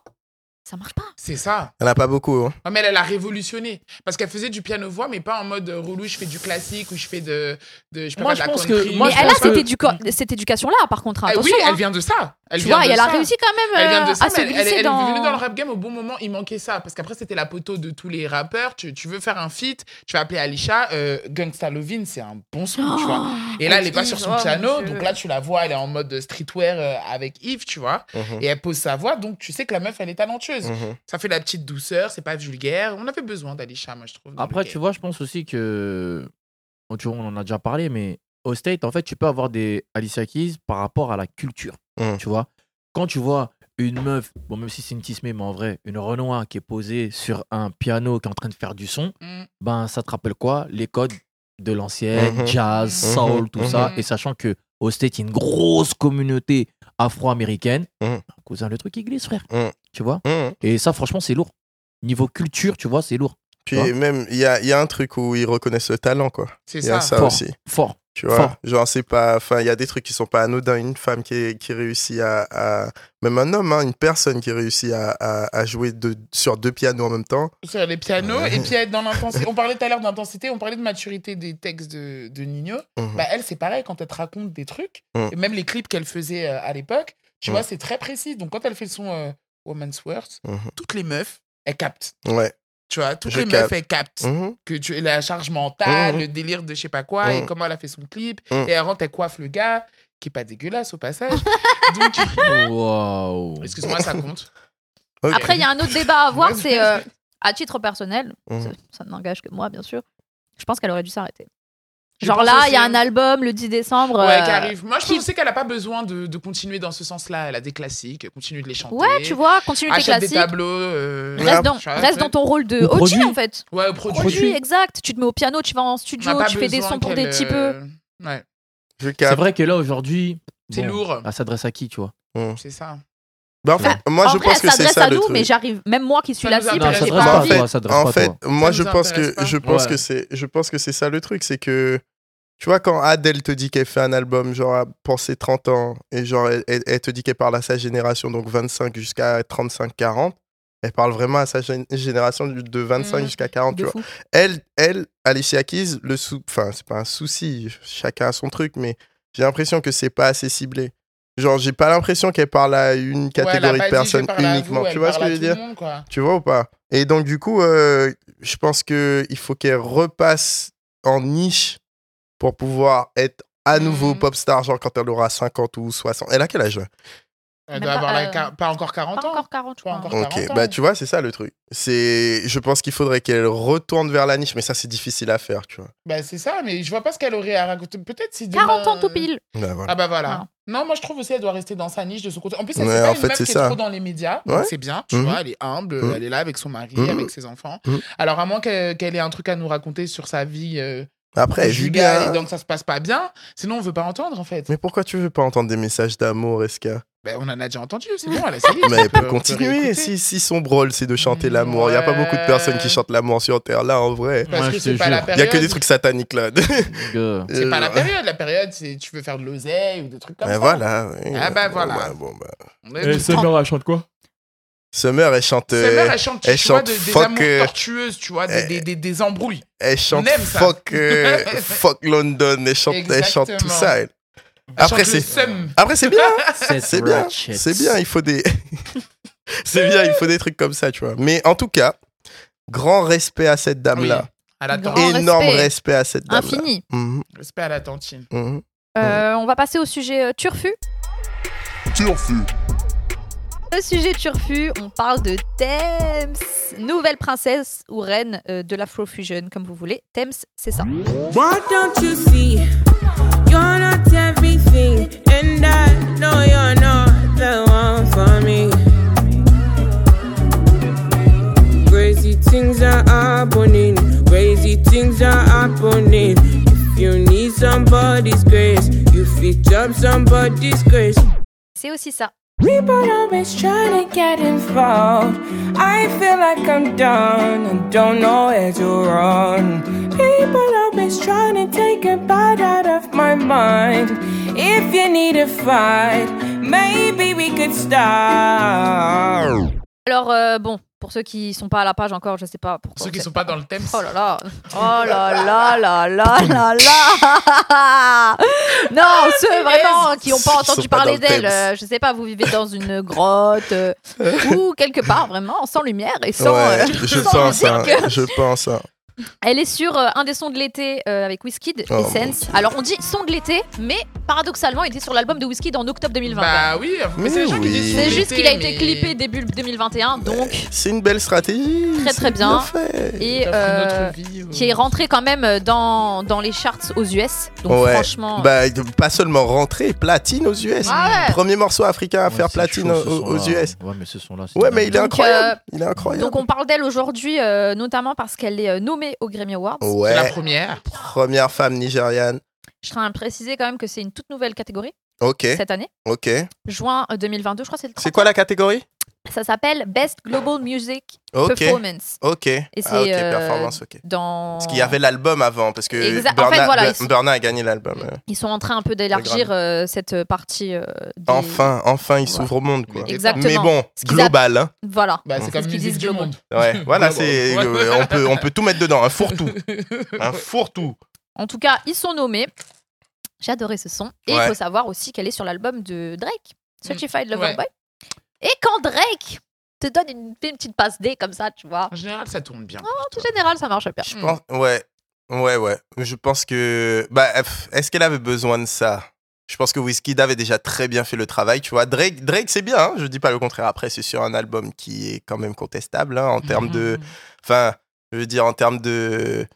ça marche pas. C'est ça. Elle a pas beaucoup. hein. Ouais, mais elle, elle a révolutionné. Parce qu'elle faisait du piano-voix, mais pas en mode euh, relou, je fais du classique ou je fais de. de je sais pas, Moi, de la je pense country. que- moi, mais je elle a pense que- cette, éduca- cette éducation-là, par contre, Ah attention. oui, hein. elle vient de ça. Elle tu vient vois, de et elle a ça. réussi quand même Elle vient euh, de ça, à mais se elle, elle- glisser elle est venue dans le dans. rap game au bon moment, il manquait ça. Parce qu'après, c'était la poteau de tous les rappeurs. Tu, tu veux faire un feat, tu vas appeler Alisha. Euh, Gangsta Lovin, c'est un bon son, tu vois. Et là, elle est pas Yves, sur oh son mon piano. Dieu. Donc là, tu la vois, elle est en mode streetwear euh, avec Yves, tu vois. Mhm, Et elle pose sa voix, donc tu sais que la meuf, elle est talentueuse. mhm. Ça fait la petite douceur, c'est pas vulgaire. On avait besoin d'Alisha, moi, je trouve. dans Après, le tu vois, je pense aussi que. bon, tu vois, on en a déjà parlé, mais au State, en fait, tu peux avoir des Alicia Keys par rapport à la culture. Mm. Tu vois Quand tu vois une meuf, bon, même si c'est une tismée, mais en vrai, une Renoir qui est posée sur un piano qui est en train de faire du son, game. Mm. ben, ça te rappelle quoi Les codes de l'ancienne, Mhm. jazz, Mhm. soul, Mmh tout ça. Mhm. Et sachant que au State, il y a une grosse communauté afro-américaine, Mhm. cousin, le truc, il glisse, frère. Mhm. Tu vois Mhm. Et ça, franchement, c'est lourd. Niveau culture, tu vois, c'est lourd. Puis Tu vois même, il y a, il y a un truc où ils reconnaissent le talent quoi. C'est Il y a ça. ça Fort. aussi. Fort. Tu vois, Fort. genre, c'est pas. Enfin, il y a des trucs qui sont pas anodins. Une femme qui, est- qui réussit à, à- Même un homme, hein, une personne qui réussit à, à- à jouer de, sur deux pianos en même temps. Sur les pianos, Ouais. et puis être dans l'intensité. On parlait tout à l'heure d'intensité, on parlait de maturité des textes de, de Nino. Mhm. Bah, elle, c'est pareil, quand elle te raconte des trucs, Mm. et même les clips qu'elle faisait euh, à l'époque, tu Mm. vois, c'est très précis. Donc, quand elle fait son euh, Woman's Worth, Mhm. toutes les meufs, elles captent. Ouais. Tu vois, toutes Je les capte. meufs, elles captent. Mhm. Que tu, la charge mentale, Mhm. le délire de je sais pas quoi, Mhm. et comment elle a fait son clip. Mhm. Et elle rentre, elle coiffe le gars, qui est pas dégueulasse au passage. Donc, Ah! Waouh. excuse-moi, ça compte. Ok. Après, il y a un autre débat à avoir, Ouais, c'est euh, à titre personnel, Mhm. ça, ça n'engage que moi, bien sûr. Je pense qu'elle aurait dû s'arrêter. Je Genre pense là, il y a aussi. hein. un album le 10 décembre. Ouais, euh, qui arrive. Moi, je qui- pense aussi qu'elle a pas besoin de, de continuer dans ce sens-là. Elle a des classiques, continue de les chanter. ouais, tu vois, continue tes Achète des classiques. tableaux. euh, Reste dans, tu vois, reste dans ton rôle de Ou OG produit. en fait. Ouais, au produit. Produit, exact. Tu te mets au piano, tu vas en On studio, n'a pas tu fais des besoin sons pour des qu'elle, petits peu. euh, Ouais, Je C'est capte. vrai que là, aujourd'hui. C'est lourd. Elle s'adresse à qui, tu vois c'est ça. Ben, en fait, moi, en je vrai, pense elle que c'est s'adresse ça à le nous, truc. mais j'arrive. Même moi qui suis Ça la nous cible, Non, elle elle j'ai s'adresse s'adresse pas en pas à envie. fait, toi. elle s'adresse en pas à fait, toi. moi, Ça je nous pense que intéresse pas. je pense Ouais. que c'est je pense que c'est ça le truc, c'est que tu vois quand Adèle te dit qu'elle fait un album genre à- pour ses 30 ans et genre elle, elle- elle te dit qu'elle parle à sa génération donc 25 jusqu'à 35 40, elle parle vraiment à sa gén- génération du- de 25 Mmh. Mhm. jusqu'à 40, tu De vois. fou. Elle elle Alicia Keys, le sou enfin c'est pas un souci, chacun a son truc mais j'ai l'impression que c'est pas assez ciblé. Genre, j'ai pas l'impression qu'elle parle à une catégorie de personnes uniquement. tu vois ce que je veux dire Tu vois ou pas Et donc, du coup, euh, je pense que il faut qu'elle repasse en niche pour pouvoir être à nouveau Mhm. pop star, genre quand elle aura 50 ou 60. Elle a quel âge Elle Même doit pas, avoir la euh, quar- pas encore 40 Pas ans. encore 40, je Pas crois. encore. Ok, 40 ans. bah tu vois, c'est ça le truc. C'est, Je pense qu'il faudrait qu'elle retourne vers la niche, mais ça, c'est difficile à faire, tu vois. Bah, c'est ça, mais je vois pas ce qu'elle aurait à raconter. Peut-être si. demain- 40 ans tout pile. Bah, voilà. Ah bah voilà. Non, moi je trouve aussi elle doit rester dans sa niche de son côté. En plus, elle Ouais, c'est pas en une fait, meuf c'est qui est ça. trop dans les médias, Ouais. donc c'est bien, tu Mhm. vois, elle est humble, Mhm. elle est là avec son mari, Mhm. avec ses enfants. Mhm. Alors à moins qu'elle qu'elle ait un truc à nous raconter sur sa vie euh, Après, elle vit conjugale bien. et donc ça se passe pas bien, sinon on veut pas entendre en fait. Mais pourquoi tu veux pas entendre des messages d'amour, Esca Ben, on en a déjà entendu, c'est bon, elle a essayé. Mais elle peut- peut peut continuer. réécouter. Si, si son rôle, c'est de chanter Mm, l'amour. Il y a pas ouais. beaucoup de personnes qui chantent l'amour sur Terre, là, en vrai. Parce Moi, que je c'est te pas la jure. Il y a période. que des trucs sataniques, là. Euh, Gueux. C'est pas la période, la période c'est tu veux faire de l'oseille ou des trucs comme Mais ça. voilà. Ah bah voilà. bon, bah. On est Euh, Et tous trente- Summer, Eh, elle chante quoi Summer, elle chante, Summer, euh, elle chante, elle tu vois, chante de- des fuck, amours euh, tortueuses, tu vois, des, euh, des, des, des embrouilles. elle chante On aime ça. fuck, euh, fuck London, elle chante, elle chante tout Exactement. ça. elle. Elle Après, chante le c'est- seum. Après, c'est bien, Cette c'est bien, ratchet. c'est bien, il faut des. c'est bien, il faut des trucs comme ça, tu vois. Mais en tout cas, grand respect à cette dame-là. À la Grand- tantine. Énorme Ah, respect. respect. à cette dame-là. Infini. Mhm, Respect à la tantine. mhm. Euh, on va passer au sujet euh, turfu. Turfu, Le sujet turfu, on parle de Thames, nouvelle princesse ou reine euh, de l'Afrofusion, comme vous voulez. Thames, c'est ça. Why don't you see? You're not everything, and I know you're not the one for me. Crazy things are happening, crazy things are happening. If you need somebody's grace, you fit jump somebody's grace. C'est aussi ça. People always trying to get involved. I feel like I'm done and don't know where to run. People always trying to take a bite out of my mind. If you need a fight, maybe we could start. Alors, euh, bon, pour ceux qui sont pas à la page encore, je sais pas pourquoi. Ceux qui vous sont êtes pas dans le thème. Oh là là Oh là là là là là là Non, ceux vraiment qui n'ont Ceux qui pas entendu Ah, sont pas parler dans le d'elle, Thames. euh, je sais pas, vous vivez dans une grotte euh, ou quelque part vraiment sans lumière et sans... Ouais, euh, je sans pense, hein, musique. je pense. hein. Elle est sur euh, un des sons de l'été euh, avec Wizkid, Oh, Essence. Alors on dit son de l'été, mais paradoxalement, il était sur l'album de Wizkid en octobre 2020. Bah oui, mais c'est les gens qui Mais disent oui. C'est l'été, juste qu'il a été mais- clippé début 2021, donc, C'est une belle stratégie. Très, très c'est bien. fait. et Ils offrent une autre euh, vie, euh. qui Hmm. est rentré quand même euh, dans, dans les charts aux US. Donc Ouais. franchement. Bah, de- pas seulement rentrer, platine aux US. Ah ouais. Premier morceau africain à Ouais, faire c'est platine chaud, ce aux, aux son-là. US. Ouais, mais ce son-là. c'est Ouais, dingue. mais il est Donc, incroyable. euh, Il est incroyable. Donc on parle d'elle aujourd'hui, euh, notamment parce qu'elle est euh, nommée aux Grammy Awards. C'est la Ouais, première. première femme nigériane. Je tiens à préciser quand même que c'est une toute nouvelle catégorie Ok, cette année, ok. juin euh, 2022, je crois que c'est le C'est 30. quoi la catégorie Ça s'appelle Best Global Music Ok, Performance. ok. c'est, Ah, ok, euh, performance, ok. Dans... Parce qu'il y avait l'album avant, parce que Exa- en Burna, fait, voilà, Bur- ils sont- Burna a gagné l'album. euh. Ils sont en train un peu d'élargir euh, cette partie. euh, des- Enfin, enfin, il s'ouvre au monde, quoi. Exactement. Mais bon, Ce qu'ils global, hein. Voilà. Bah, c'est C'est comme ce qu'ils musique disent du globalement. monde. Ouais, voilà, Ouais, c'est ouais. euh, on peut on peut tout mettre dedans, un fourre-tout, un fourre-tout. En tout cas, ils sont nommés. J'ai adoré ce son. Et il Ouais. faut savoir aussi qu'elle est sur l'album de Drake, Certified Lover Mm. Ouais. Boy. Et quand Drake te donne une, fait une petite passe D comme ça, tu vois, En général, ça tourne bien. en général, ça marche bien. Mm. Je pense ouais. Ouais ouais, je pense que bah pff, est-ce qu'elle avait besoin de ça Je pense que Whiskey avait déjà très bien fait le travail, tu vois. Drake Drake c'est bien, hein, je dis pas le contraire. Après c'est sur un album qui est quand même contestable hein, en Mmh, termes de enfin, je veux dire en termes de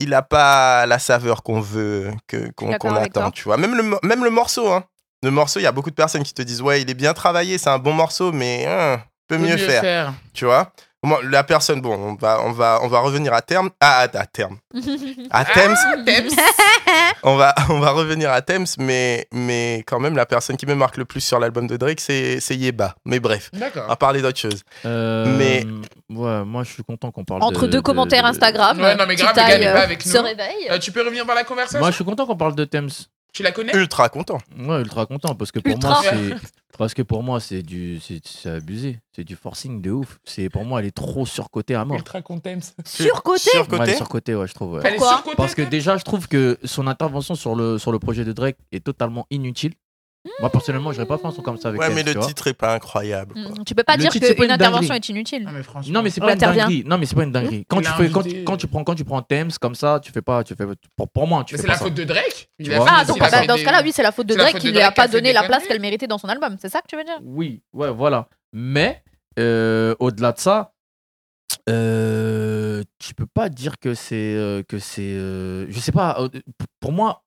il a pas la saveur qu'on veut que qu'on d'accord qu'on avec toi. attend, tu vois. Même le mo- même le morceau hein. Le morceau, il y a beaucoup de personnes qui te disent ouais, il est bien travaillé, c'est un bon morceau mais hein, peut mieux faire tu vois Moi, la personne bon on va on va on va revenir à terme à, à- à terme à Thames on va on va revenir à Thames mais mais quand même la personne qui me marque le plus sur l'album de Drake c'est c'est Yeba mais bref on D'accord. va parler d'autre chose Euh, Mais- Ouais, moi, je suis content qu'on parle. Entre de- deux de- commentaires de- Instagram, Ouais, non, mais tu grave, le gars, tailles, il est pas euh, avec se nous. réveille. Euh, tu peux revenir dans la conversation Moi, je suis content qu'on parle de Thames. Tu la connais ultra content Ouais, ultra content parce que pour Ultra. moi, c'est parce que pour moi, c'est du, c'est c'est abusé, c'est du forcing de ouf. C'est pour moi, elle est trop surcotée à mort. Ultra contemps. Surcoté Ouais, elle surcoté est surcotée, ouais, je trouve. ouais. Elle est Pourquoi surcotée. Parce que t'es- déjà, je trouve que son intervention sur le, sur le projet de Drake est totalement inutile. Moi, personnellement, j'aurais pas fait un son comme ça avec Ouais, elle, mais tu le vois. titre est pas incroyable. quoi. Mm, Tu peux pas Le dire titre, c'est pas qu'une une intervention dinguerie. est inutile. Non, mais franchement. Non, mais c'est pas Ouais, une intervient. dinguerie. Non, mais c'est pas une dinguerie. Quand Il tu a fais, quand, invité. quand tu prends, quand tu prends Thames comme ça, tu fais pas, tu fais pour, pour moi, tu Mais fais c'est pas la ça. faute de Drake. Il Tu a vois. fait Ah, dans, des- il a bah, fait dans ce cas-là, oui, c'est la faute de c'est la Drake faute qui de lui a Drake qui pas a fait donné des la place conneries. qu'elle méritait dans son album. C'est ça que tu veux dire Oui, ouais, voilà. Mais euh, au-delà de ça, euh, tu peux pas dire que c'est euh, que c'est. euh, je sais pas. euh, p- Pour moi,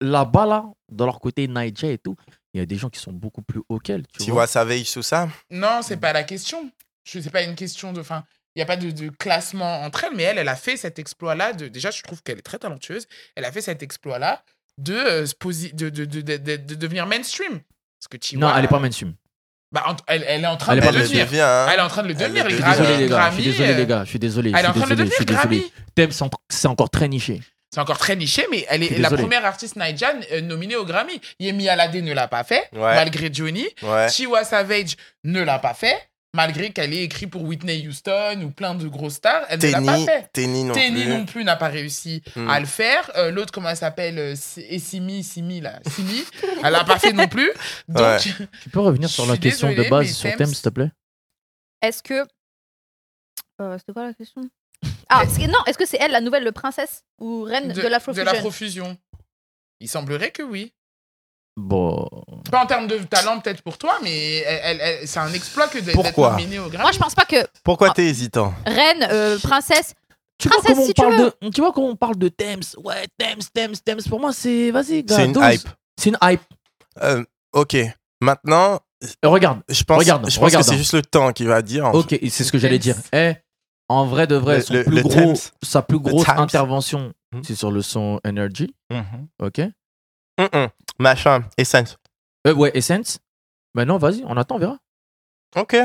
là-bas, là, dans leur côté Niger et tout, il y a des gens qui sont beaucoup plus haut qu'elle. Tu, Tu vois. vois, ça veille sous ça. Non, c'est pas la question. Je sais pas une question de. Enfin, il n'y a pas de, de classement entre elles, mais elle, elle a fait cet exploit-là. De... Déjà, je trouve qu'elle est très talentueuse. Elle a fait cet exploit-là de, euh, se posi- de, de, de, de, de- de devenir mainstream. Parce que tu Non, vois, elle est pas mainstream. bah, en- elle, elle est en train Elle est de pas le Elle le devenue. devenir. devient. hein. Elle est en train de le Elle devenir. est les devenue. Grammy, Désolé les gars, je Grammy, suis désolé les euh, gars, je suis désolé, je Elle est en suis train de désolé, je devenir suis désolé. Grammy. Thème, c'est en- c'est encore très niché. C'est encore très niché, mais elle Je est suis la désolé. première artiste Nigerian euh, nominée au Grammy. Yemi Alade ne l'a pas fait, Ouais. malgré Johnny. Ouais. Chiwa Savage ne l'a pas fait, malgré qu'elle ait écrit pour Whitney Houston ou plein de grosses stars, elle ne l'a pas Tenny, fait. Tenny non Tenny plus. non plus n'a pas réussi Hmm. à le faire. Euh, L'autre, comment elle s'appelle euh, S- Essimi, Simi, là. Simi, elle l'a pas fait non plus. Donc, Ouais. Tu peux revenir sur Je la suis question de désolé, base mais sur Thames- Thème, s'il te plaît Est-ce que. Euh, C'était quoi la question ah, est-ce que- non, est-ce que c'est elle la nouvelle princesse ou reine de, l'afrofusion profusion. Il semblerait que oui. Bon. Pas en termes de talent, peut-être pour toi, mais elle- elle- elle- c'est un exploit que d'être d'être Pourquoi nominée au Grammy. Moi, je pense pas que Ah. Pourquoi t'es hésitant reine, euh, princesse. Tu vois, Princesse, comment on si tu parle veux. de, tu vois comment on parle de Thames Ouais, Thames, Thames, Thames. Pour moi, c'est. Vas-y, gars. C'est une dose. hype. C'est une hype. Euh, ok. Maintenant, Euh, regarde. je pense, Regarde, je pense que regarde. c'est juste le temps qui va dire. en Ok, et c'est ce que le j'allais Thames. dire. Eh, en vrai de vrai, Le- son le- plus le gros- Thames. sa plus grosse Thames. intervention, Mhm. c'est sur le son Energy. fait. Ok. Mm, mm. Machin, Essence. Euh, ouais, Essence. Maintenant, vas-y, on attend, on verra. Ok.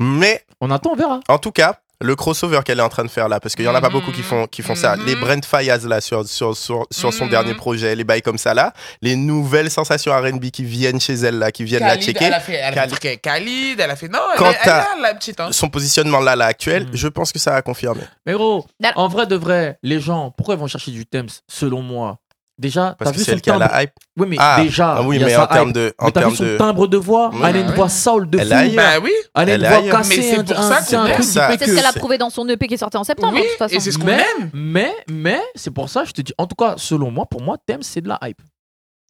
Mais On attend, on verra. en tout cas, le crossover qu'elle est en train de faire là, parce qu'il y en a Mm-hmm. pas beaucoup qui font, qui font ça. Mhm. Les Brent Fayaz là sur, sur, sur, sur son Mhm. dernier projet, les bails comme ça là, les nouvelles sensations RB qui viennent chez elle là, qui viennent Khalid, la checker. Elle a fait, elle a Khalid. fait truc avec Khalid, elle a fait. Non, elle, Quant est- elle est à- là, la petite. hein. Son positionnement là, là actuel, Mhm. je pense que ça a confirmé. Mais gros, Non. en vrai de vrai, les gens, pourquoi ils vont chercher du Thames, selon moi Déjà, Parce t'as que vu c'est son elle qui a timbre. la hype. Oui, mais Ah, déjà, Ah oui, il y a mais sa en termes hype. de. En Mais t'as termes vu son de... timbre de voix Oui. Elle a une Ouais. voix soul de Elle fou. a ailleurs. Bah oui. Elle a Elle une a voix ailleurs. cassée. Mais c'est pour un- ça c'est un qu'on truc aime ça. qui fait C'est que- ce qu'elle a c'est- prouvé dans son EP qui est sorti en septembre, Oui, de toute façon. et c'est ce qu'on mais, aime. mais, mais, c'est pour ça, je te dis, en tout cas, selon moi, pour moi, Thème, c'est de la hype.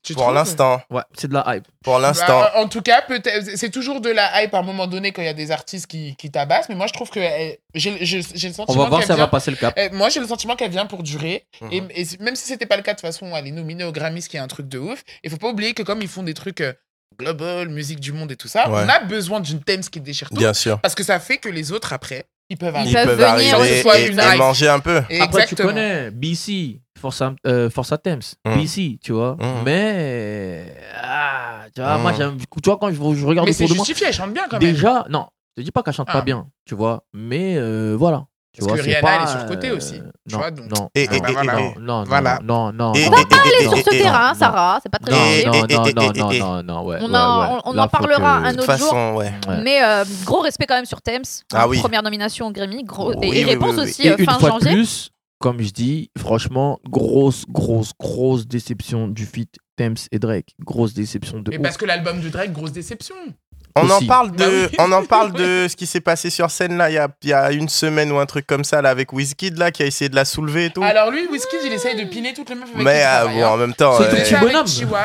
Tu Pour trouves l'instant, Ouais, c'est de la hype. pour l'instant. Bah, en tout cas, peut-être, c'est toujours de la hype à un moment donné quand il y a des artistes qui, qui tabassent, mais moi je trouve que euh, j'ai j'ai- j'ai le sentiment. On va voir qu'elle si elle vient- va passer le cap. euh, moi, j'ai le sentiment qu'elle vient pour durer. Et- Mhm. Et, c- même si c'était pas le cas, de toute façon, elle est nominée au Grammy, ce qui est un truc de ouf. Il faut pas oublier que comme ils font des trucs euh, global, musique du monde et tout ça, Ouais. on a besoin d'une thème qui déchire tout. Bien sûr. Parce que ça fait que les autres, après, ils peuvent Ils Ils arriver. peuvent peuvent venir, que arriver ce soit et, une et hype. manger un peu. Après, tu Exactement. connais BC, Force à, euh, Force à Thames, Mm. BC, tu vois. Mm. Mais. ah, tu vois, Mm. moi, j'aime. Tu vois, quand je, je regarde Mais c'est autour de moi. justifié, elle chante bien quand même. Déjà, non, je te dis pas qu'elle chante Ah. pas bien, tu vois. Mais euh, voilà. Tu Parce vois, que c'est Rihanna, pas, elle est surcotée euh, aussi, Non, tu vois, donc. non, Et- non, et- et- non, non, et- non, non, voilà. non, non, Et- non, On va pas non, aller Allez non, sur ce non, terrain, non, Sarah, c'est pas Non, très Et- non, et- non, et- non, et- non, et- non, non, ouais, On ouais, en- ouais. on- on Là, en faut parlera que- De un toute autre jour. façon, ouais. Ouais. Mais euh, gros respect quand même sur Thames. Ah oui. Première nomination au Grammy. Gros, et- Oui, et oui, réponse oui, oui. aussi Et euh, une fin fois de janvier. plus, comme je dis, franchement, grosse, grosse, grosse déception du feat Thames et Drake. Grosse déception de Mais ouf. parce que l'album de Drake, grosse déception. On en Aussi. parle Bah de, oui. on en parle de ce qui s'est passé sur scène là il y a, il y a une semaine ou un truc comme ça là avec Wizkid là qui a essayé de la soulever et tout. Alors lui, Wizkid, il essaye de piner toutes les meufs avec Ah, qui il mais ah, travaille, bon, hein. en même temps, C'est euh, Il petit faisait ça avec bonhomme. Chiwa.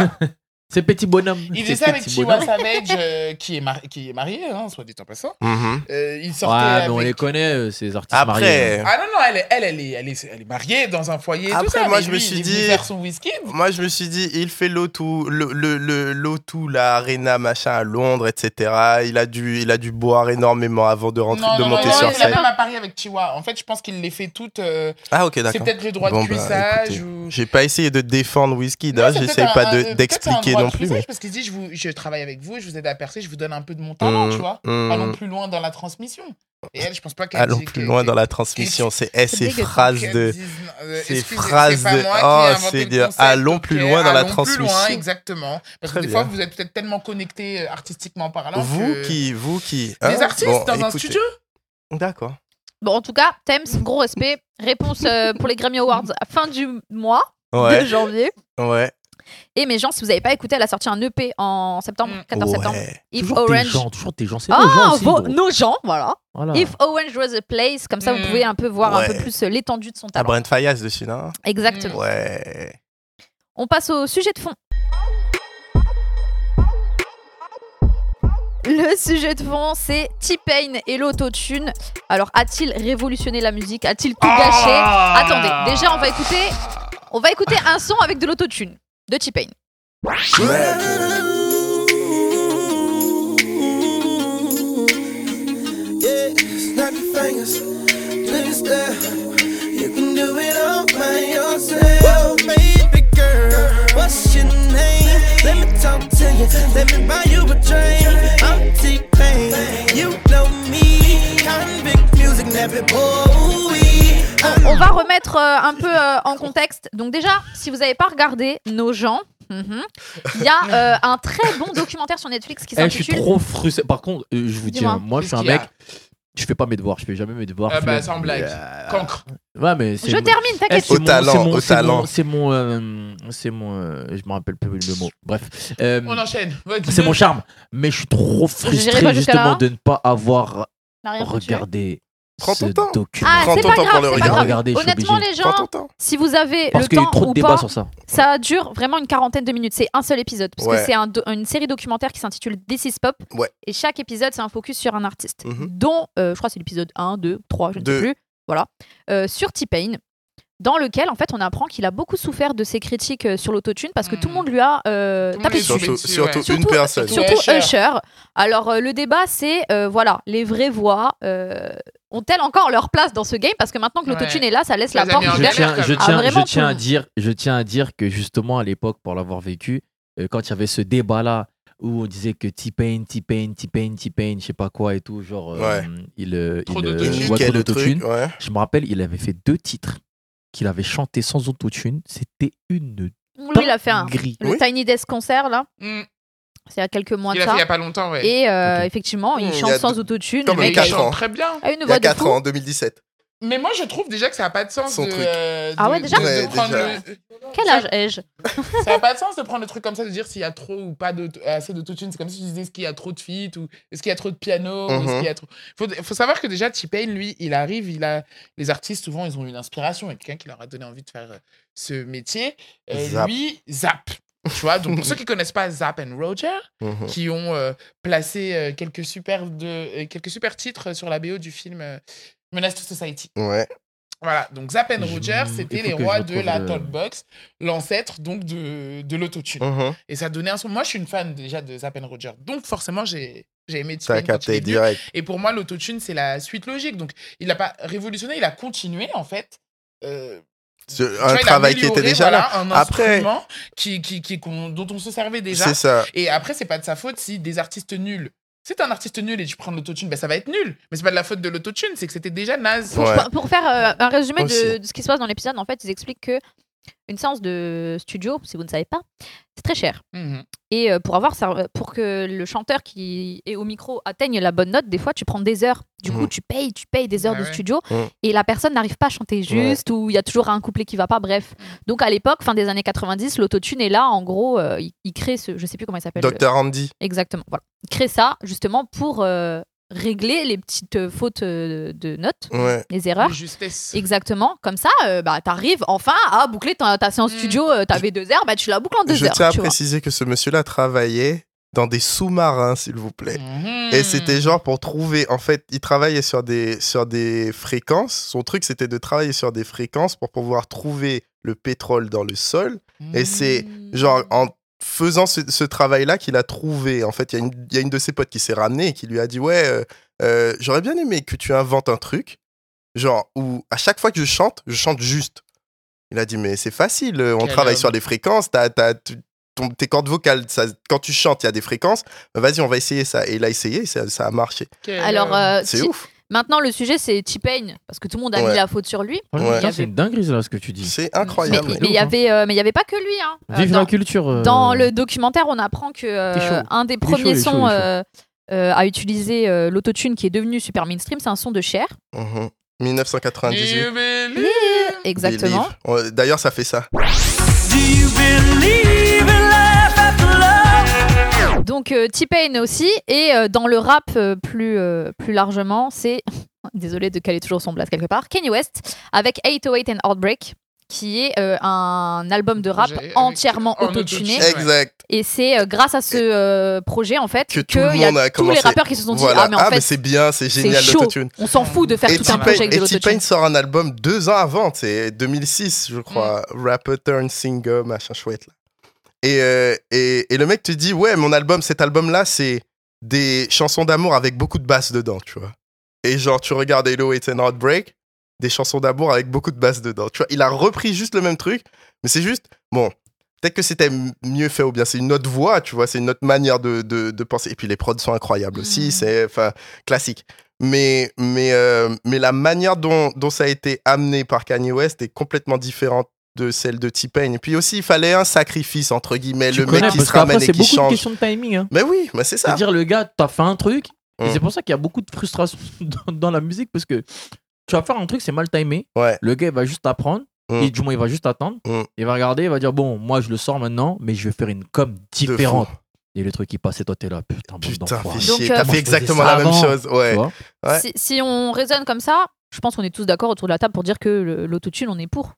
C'est petit bonhomme. Il C'est faisait ça avec petit Chiwa bonhomme. Savage, euh, qui, est mari- qui est marié, hein, soit dit en passant. mhm. Euh, il sortait Ouais, mais on avec- les connaît, euh, ces artistes mariés. hein. après, Ah non, non, elle est, elle, elle est, elle est, elle est mariée dans un foyer. et tout Après, ça, moi, mais je lui, me suis il est venu dit- faire son whisky. moi je me suis dit, il fait l'auto, le, le, le- l'auto, la arena machin à Londres, etc. Il a dû, il a dû boire énormément avant de rentrer, non, de non, monter non, sur non, il a scène. même à Paris avec Chiwa. En fait, je pense qu'il les fait toutes. euh, Ah ok, c'est d'accord. peut-être les droits Bon, de bah, cuissage écoutez. ou. J'ai pas essayé de défendre Whisky, Non, c'est j'essaye peut-être pas un- de- un- peut-être d'expliquer un droit non de plus. cuissage mais- Parce qu'il se dit, je, vous- je travaille avec vous, je vous aide à percer, je vous donne un peu de mon talent, Mmh, tu vois. mmh. Allons plus loin dans la transmission. Et elle, je pense pas qu'elle Allons dit plus que- loin dans la transmission. transmission. C'est eh, C'est ces dégueu. phrases qu'elle de. dise, euh, ces excusez, phrases pas de- moi oh, qui ai inventé c'est le dire, concept, allons plus ok, loin dans la allons plus loin, transmission. exactement. Parce que Très des bien. fois, vous êtes peut-être tellement connecté artistiquement parlant. Vous que- qui, vous qui. hein, Des artistes bon, dans un écoutez. studio D'accord. Bon, en tout cas, Thames, gros respect. Réponse euh, pour les Grammy Awards à fin du mois Ouais. de janvier. Ouais. Et mes gens, si vous n'avez pas écouté, elle a sorti un EP en septembre, Mm. 14 septembre. Ouais. If toujours Orange. tes gens, toujours tes gens. C'est nos gens Ah, aussi, Ah. vos- gros. nos gens, voilà. Voilà. If Orange was a place, comme ça vous Mm. pouvez un peu voir un peu Ouais. plus euh, l'étendue de Ah son T'as talent. Ah, Brent Fayas dessus, non bah. Exactement. Ouais. On passe au sujet de fond. Le sujet de fond, c'est T-Pain et l'autotune. Alors, a-t-il révolutionné la musique A-t-il Ah tout gâché Ah. Attendez, déjà, on va écouter, on va écouter un son avec de l'autotune de T-Pain. Yeah, snap your fingers, please stare. You can do it all by yourself, baby girl. What's your name? Let me talk to you. Let me buy you a drink. I'm T-Pain. You know me. Convict music, nappy boy. I'm On va remettre euh, un peu euh, en contexte. Donc déjà, si vous n'avez pas regardé Nos gens, mhm, il y a euh, un très bon documentaire sur Netflix qui Eh, je suis s'intitule trop frustré. Par contre, euh, je vous dis, Dis-moi. hein, moi, je suis un Qu'est-ce qu'il y a mec. Je fais pas mes devoirs, je fais jamais mes devoirs. Ah bah, flemme. sans blague. Cancre. Ouais, mais c'est Je mon- termine, Eh, t'inquiète. c'est Au mon- talent, c'est mon- au c'est mon- talent. C'est mon, euh, c'est mon, euh, je me rappelle plus le mot. Bref, Euh, On enchaîne. Vas-y. c'est mon charme. Mais je suis J'irai pas trop frustré jusqu'à là. justement de ne pas avoir N'a rien foutu. regardé Prends ce ton temps. Ah, document. Prends c'est ton pas temps grave, pour le c'est pas grave. regarder. Je suis Honnêtement, obligé. les Prends gens, ton temps. si vous avez Parce le qu'il y a temps eu trop ou de débats pas, sur ça. ça dure vraiment une quarantaine de minutes. C'est un seul épisode, parce Ouais. que c'est un do- une série documentaire qui s'intitule This is Pop. Ouais. Et chaque épisode, c'est un focus sur un artiste, Mhm. dont, euh, je crois, que c'est l'épisode 1, 2, 3, je ne Deux. sais plus. Voilà. Euh, sur T-Pain, dans lequel, en fait, on apprend qu'il a beaucoup souffert de ses critiques euh, sur l'autotune, parce que Mm. tout le monde lui a euh, Tout le monde tapé les dessus. Surtout, dessus, surtout ouais. une Surtout- personne. surtout- Surtout Usher. Usher. Alors, euh, le débat, c'est euh, voilà, les vraies voix euh, ont-elles encore leur place dans ce game Parce que maintenant que l'autotune Ouais. est là, ça laisse Ça la les a porte mis en je galère, tiens, quand je même. Ah, tiens, vraiment, je tiens à tout. dire, je tiens à dire que justement à l'époque, pour l'avoir vécu, euh, quand il y avait ce débat là où on disait que T-Pain, T-Pain, T-Pain, T-Pain, je sais pas quoi et tout, genre euh, Ouais. il, euh, Trop il, euh, d'autotune. ouais, Il trop niquait le d'autotune. truc. Ouais. Je me rappelle, il avait fait deux titres qu'il avait chanté sans autotune. C'était une Lui, il a fait un. dinguerie. Le Oui. Tiny Desk concert, là, Mm. c'est il y a quelques mois Il de a fait ça. il y a pas longtemps, ouais. Et euh, Ok. effectivement, Mmh, il il y chante a sans deux- autotune. comme Le Mais Mais mec il quatre a ans. chante très bien. a une Il y a voix de 4 fou. ans, en 2017. Mais moi, je trouve déjà que ça n'a pas de sens Son de, truc. euh, de- Ah ouais, déjà de- de Ouais, prendre déjà. le- Quel âge ai-je Ça n'a pas de sens de prendre le truc comme ça, de dire s'il y a trop ou pas de, assez d'autotune. C'est comme si tu disais est-ce qu'il y a trop de feats ou est-ce qu'il y a trop de piano ou est-ce Mhm. qu'il y a trop. Faut, faut savoir que déjà, T-Pain, lui, il arrive, il a. Les artistes, souvent, ils ont une inspiration. Il y a quelqu'un qui leur a donné envie de faire euh, ce métier. Euh, Zap. Lui, Zap. Tu vois, donc pour ceux qui connaissent pas Zap and Roger, Mhm. qui ont euh, placé euh, quelques, super de, euh, quelques super titres sur la BO du film euh, Menace to Society. Ouais. Voilà, donc Zap and Je- Roger, il c'était faut les que je rois de retrouve la le- talkbox, l'ancêtre donc de, de l'autotune. Mhm. Et ça donnait un son. Moi, je suis une fan déjà de Zap and Roger, donc forcément, j'ai j'ai aimé Ça T-Pain a quand il capté est venu. direct. Et pour moi, l'autotune, c'est la suite logique. Donc, il n'a pas révolutionné, il a continué en fait. Euh, Ce- tu un vois, il a travail qui amélioré, était déjà voilà, un Après- instrument qui, qui, qui- qu'on- dont on se servait déjà. C'est ça. Et après, c'est pas de sa faute si des artistes nuls. Si t'es un artiste nul et tu prends de l'autotune, ben ça va être nul. Mais c'est pas de la faute de l'autotune, c'est que c'était déjà naze. Ouais. Pour- Pour faire euh, un résumé de, Aussi. de ce qui se passe dans l'épisode, en fait, ils expliquent que une séance de studio, si vous ne savez pas, c'est très cher. Mhm. Et euh, pour avoir ça- pour que le chanteur qui est au micro atteigne la bonne note, des fois tu prends des heures. Du coup, Mhm. tu payes, tu payes des heures Ah de ouais. studio Mhm. et la personne n'arrive pas à chanter juste ou il y a toujours un couplet qui va pas. Bref. Hmm. Donc à l'époque, fin des années 90, l'autotune est là. En gros, euh, il, il crée ce, je sais plus comment il s'appelle. le- Docteur Andy. Exactement. Voilà. Il crée ça justement pour euh, régler les petites euh, fautes euh, de notes, Ouais. les erreurs. Oui, Justesse. Exactement, comme ça, euh, bah, t'arrives enfin à boucler ta, ta séance Mm. studio. euh, T'avais deux heures, bah, tu la boucles en deux Je heures. tiens à tu vois. préciser que ce monsieur-là travaillait dans des sous-marins, s'il vous plaît. Mmh. Hmm. Et c'était genre pour trouver, en fait, il travaillait sur des, sur des fréquences. Son truc, c'était de travailler sur des fréquences pour pouvoir trouver le pétrole dans le sol. Et c'est Mm. genre en faisant ce, ce travail-là qu'il a trouvé. En fait, il y, a une- il y a une de ses potes qui s'est ramenée et qui lui a dit, ouais, euh, euh, j'aurais bien aimé que tu inventes un truc, genre où à chaque fois que je chante, je chante juste. Il a dit, mais c'est facile, euh, on Quel travaille homme. sur les fréquences, t'as, t'as- tu- ton- tes cordes vocales, ça- quand tu chantes, il y a des fréquences, bah, vas-y, on va essayer ça. Et il a essayé, ça, ça a marqué. Quel- Alors, euh, C'est Ti- ouf. maintenant, le sujet, c'est T-Pain, parce que tout le monde a Ouais. mis la faute sur lui. Franchement, Ouais. putain, C'est une dinguerie là ce que Mm. tu dis. C'est Mais incroyable. mais de il ouf, y hein. avait, euh, mais il y avait pas que lui. hein. Euh, Vive dans, la culture. euh, dans le documentaire, on apprend que euh, T'es chaud. un des chaud, il premiers est chaud, sons il est chaud. euh, euh, à utiliser euh, l'autotune qui est devenu super mainstream, c'est un son de Cher. Mhm. 1998. You believe- Exactement. Believe. Ouais, D'ailleurs, ça fait ça. Do you believe? donc euh, T-Pain aussi. Et euh, dans le rap euh, plus, euh, plus largement, c'est. Désolé de caler toujours son blast quelque part. Kanye West avec 808 and Heartbreak, qui est euh, un album de rap Projet avec- entièrement en autotuné. autotune. Ouais. Exact. Et c'est euh, grâce à ce euh, projet, en fait, Que que, tout le il y a monde a tous les commencé- rappeurs qui se sont dit Voilà. Ah, mais en fait, c'est bien, c'est c'est génial chaud. l'autotune. on s'en fout de faire Et tout un T-Pain- projet avec de et T-Pain l'autotune. sort un album deux ans avant, c'est 2006, Mm. je crois. Rapper turn singer, machin chouette. Là. Et, euh, et, et le mec te dit, ouais, mon album, cet album-là, c'est des chansons d'amour avec beaucoup de basses dedans, tu vois. Et genre, tu regardes Hello, It's an Heartbreak, des chansons d'amour avec beaucoup de basses dedans. Tu vois, il a repris juste le même truc, mais c'est juste, bon, peut-être que c'était m- mieux fait ou bien c'est une autre voix, tu vois, c'est une autre manière de, de, de penser. Et puis les prods sont incroyables aussi, Mhm. c'est, enfin, classique. Mais, mais, euh, mais la manière dont, dont ça a été amené par Kanye West est complètement différente de celle de T-Pain. Et puis aussi, il fallait un sacrifice, entre guillemets, Tu le mec connais, qui parce se ramène qu'après, et c'est qui beaucoup de change. questions de timing. hein. Mais oui, mais c'est ça. C'est-à-dire, le gars, t'as fait un truc, et Mm. c'est pour ça qu'il y a beaucoup de frustration dans, dans la musique, parce que tu vas faire un truc, c'est mal timé. Ouais. Le gars, il va juste apprendre, Mm. et du moins, il va juste attendre. Mm. Il va regarder, il va dire, bon, moi, je le sors maintenant, mais je vais faire une com fou. différente. Et le truc qui passe, et toi, t'es là, putain, bande Putain, d'enfoirés. fais Donc, chier, euh, t'as Moi, fait je faisais exactement la ça même avant, chose. Tu Ouais. vois Ouais. Si, si on raisonne comme ça, je pense qu'on est tous d'accord autour de la table pour dire que le- l'autotune, on est pour.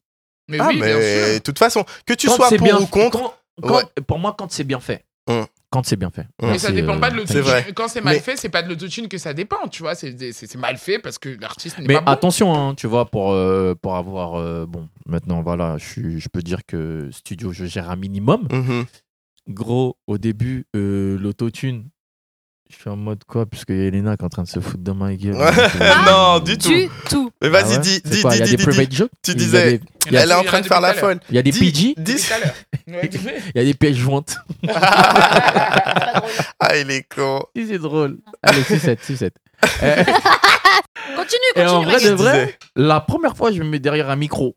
Mais Ah, oui, bien mais sûr. de toute façon, que tu Quand sois c'est pour bien ou fait- contre, quand- quand- ouais. Pour moi, quand c'est bien fait. Mm. Quand c'est euh, bien fait. Mais Mais ça dépend pas de C'est vrai. l'autotune. Quand c'est mal Mais- fait, c'est pas de l'autotune que ça dépend, tu vois. C'est c'est- c'est mal fait parce que l'artiste n'est Mais pas bon. attention, hein, tu vois, pour, euh, pour avoir. euh, bon, maintenant, voilà, je, suis- je peux dire que studio, je gère un minimum. Mhm. Gros, au début, euh, l'autotune, je suis en mode quoi Puisqu'il y a Elena qui est en train de se foutre de ma gueule. Ouais. Euh, Non, du tout. Du tout. Mais Ah vas-y, ouais dis, C'est dis, quoi, Il y a dis, des dis, dis. private jokes Tu il y a disais, des- Il y en a Elle est en depuis- il y en train a de faire la depuis tout à folle. Il y a des Dis- PG, dis- Tout à l'heure. Ouais. il y a des pièces jointes. Ah, il est con. Si, c'est drôle. Allez, 6-7, 6-7. Euh, Continue, Et continue. en vrai de Maxime. vrai, la première fois, je me mets derrière un micro.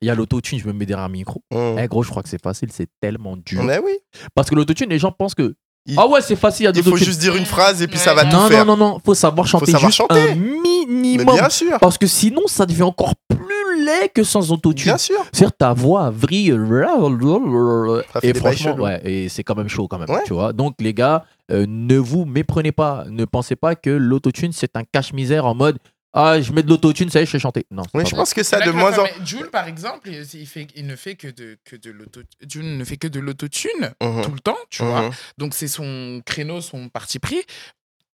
Il y a l'autotune, je me mets derrière un micro. Mm. Eh Ah, gros, je crois que c'est facile, c'est tellement dur. Mais oui, Parce que l'autotune, les gens pensent que. Il- Ah ouais, c'est facile, il y a de il faut l'autotune. juste dire une phrase et puis ça va Ouais. tout euh, Non, non, faire. non, non, faut savoir chanter savoir juste chanter. un Mais minimum. bien sûr, Parce que sinon, ça devient encore plus laid que sans autotune. bien sûr. C'est-à-dire, ta voix vrille. euh, Ça fait Et des bails franchement, chelous. ouais, et c'est quand même chaud quand même. Ouais. Tu vois Donc, les gars, euh, ne vous méprenez pas. Ne pensez pas que l'autotune, c'est un cache-misère en mode Ah, je mets de l'autotune, ça y est, je sais chanter. Non, c'est Mais pas je vrai. pense que ça Là, de que ma moins en femme- Jul, par exemple, il, il fait, il ne fait que de, que de l'auto, Jul ne fait que de l'autotune Mhm. tout le temps, tu Mhm. vois. Donc c'est son créneau, son parti pris.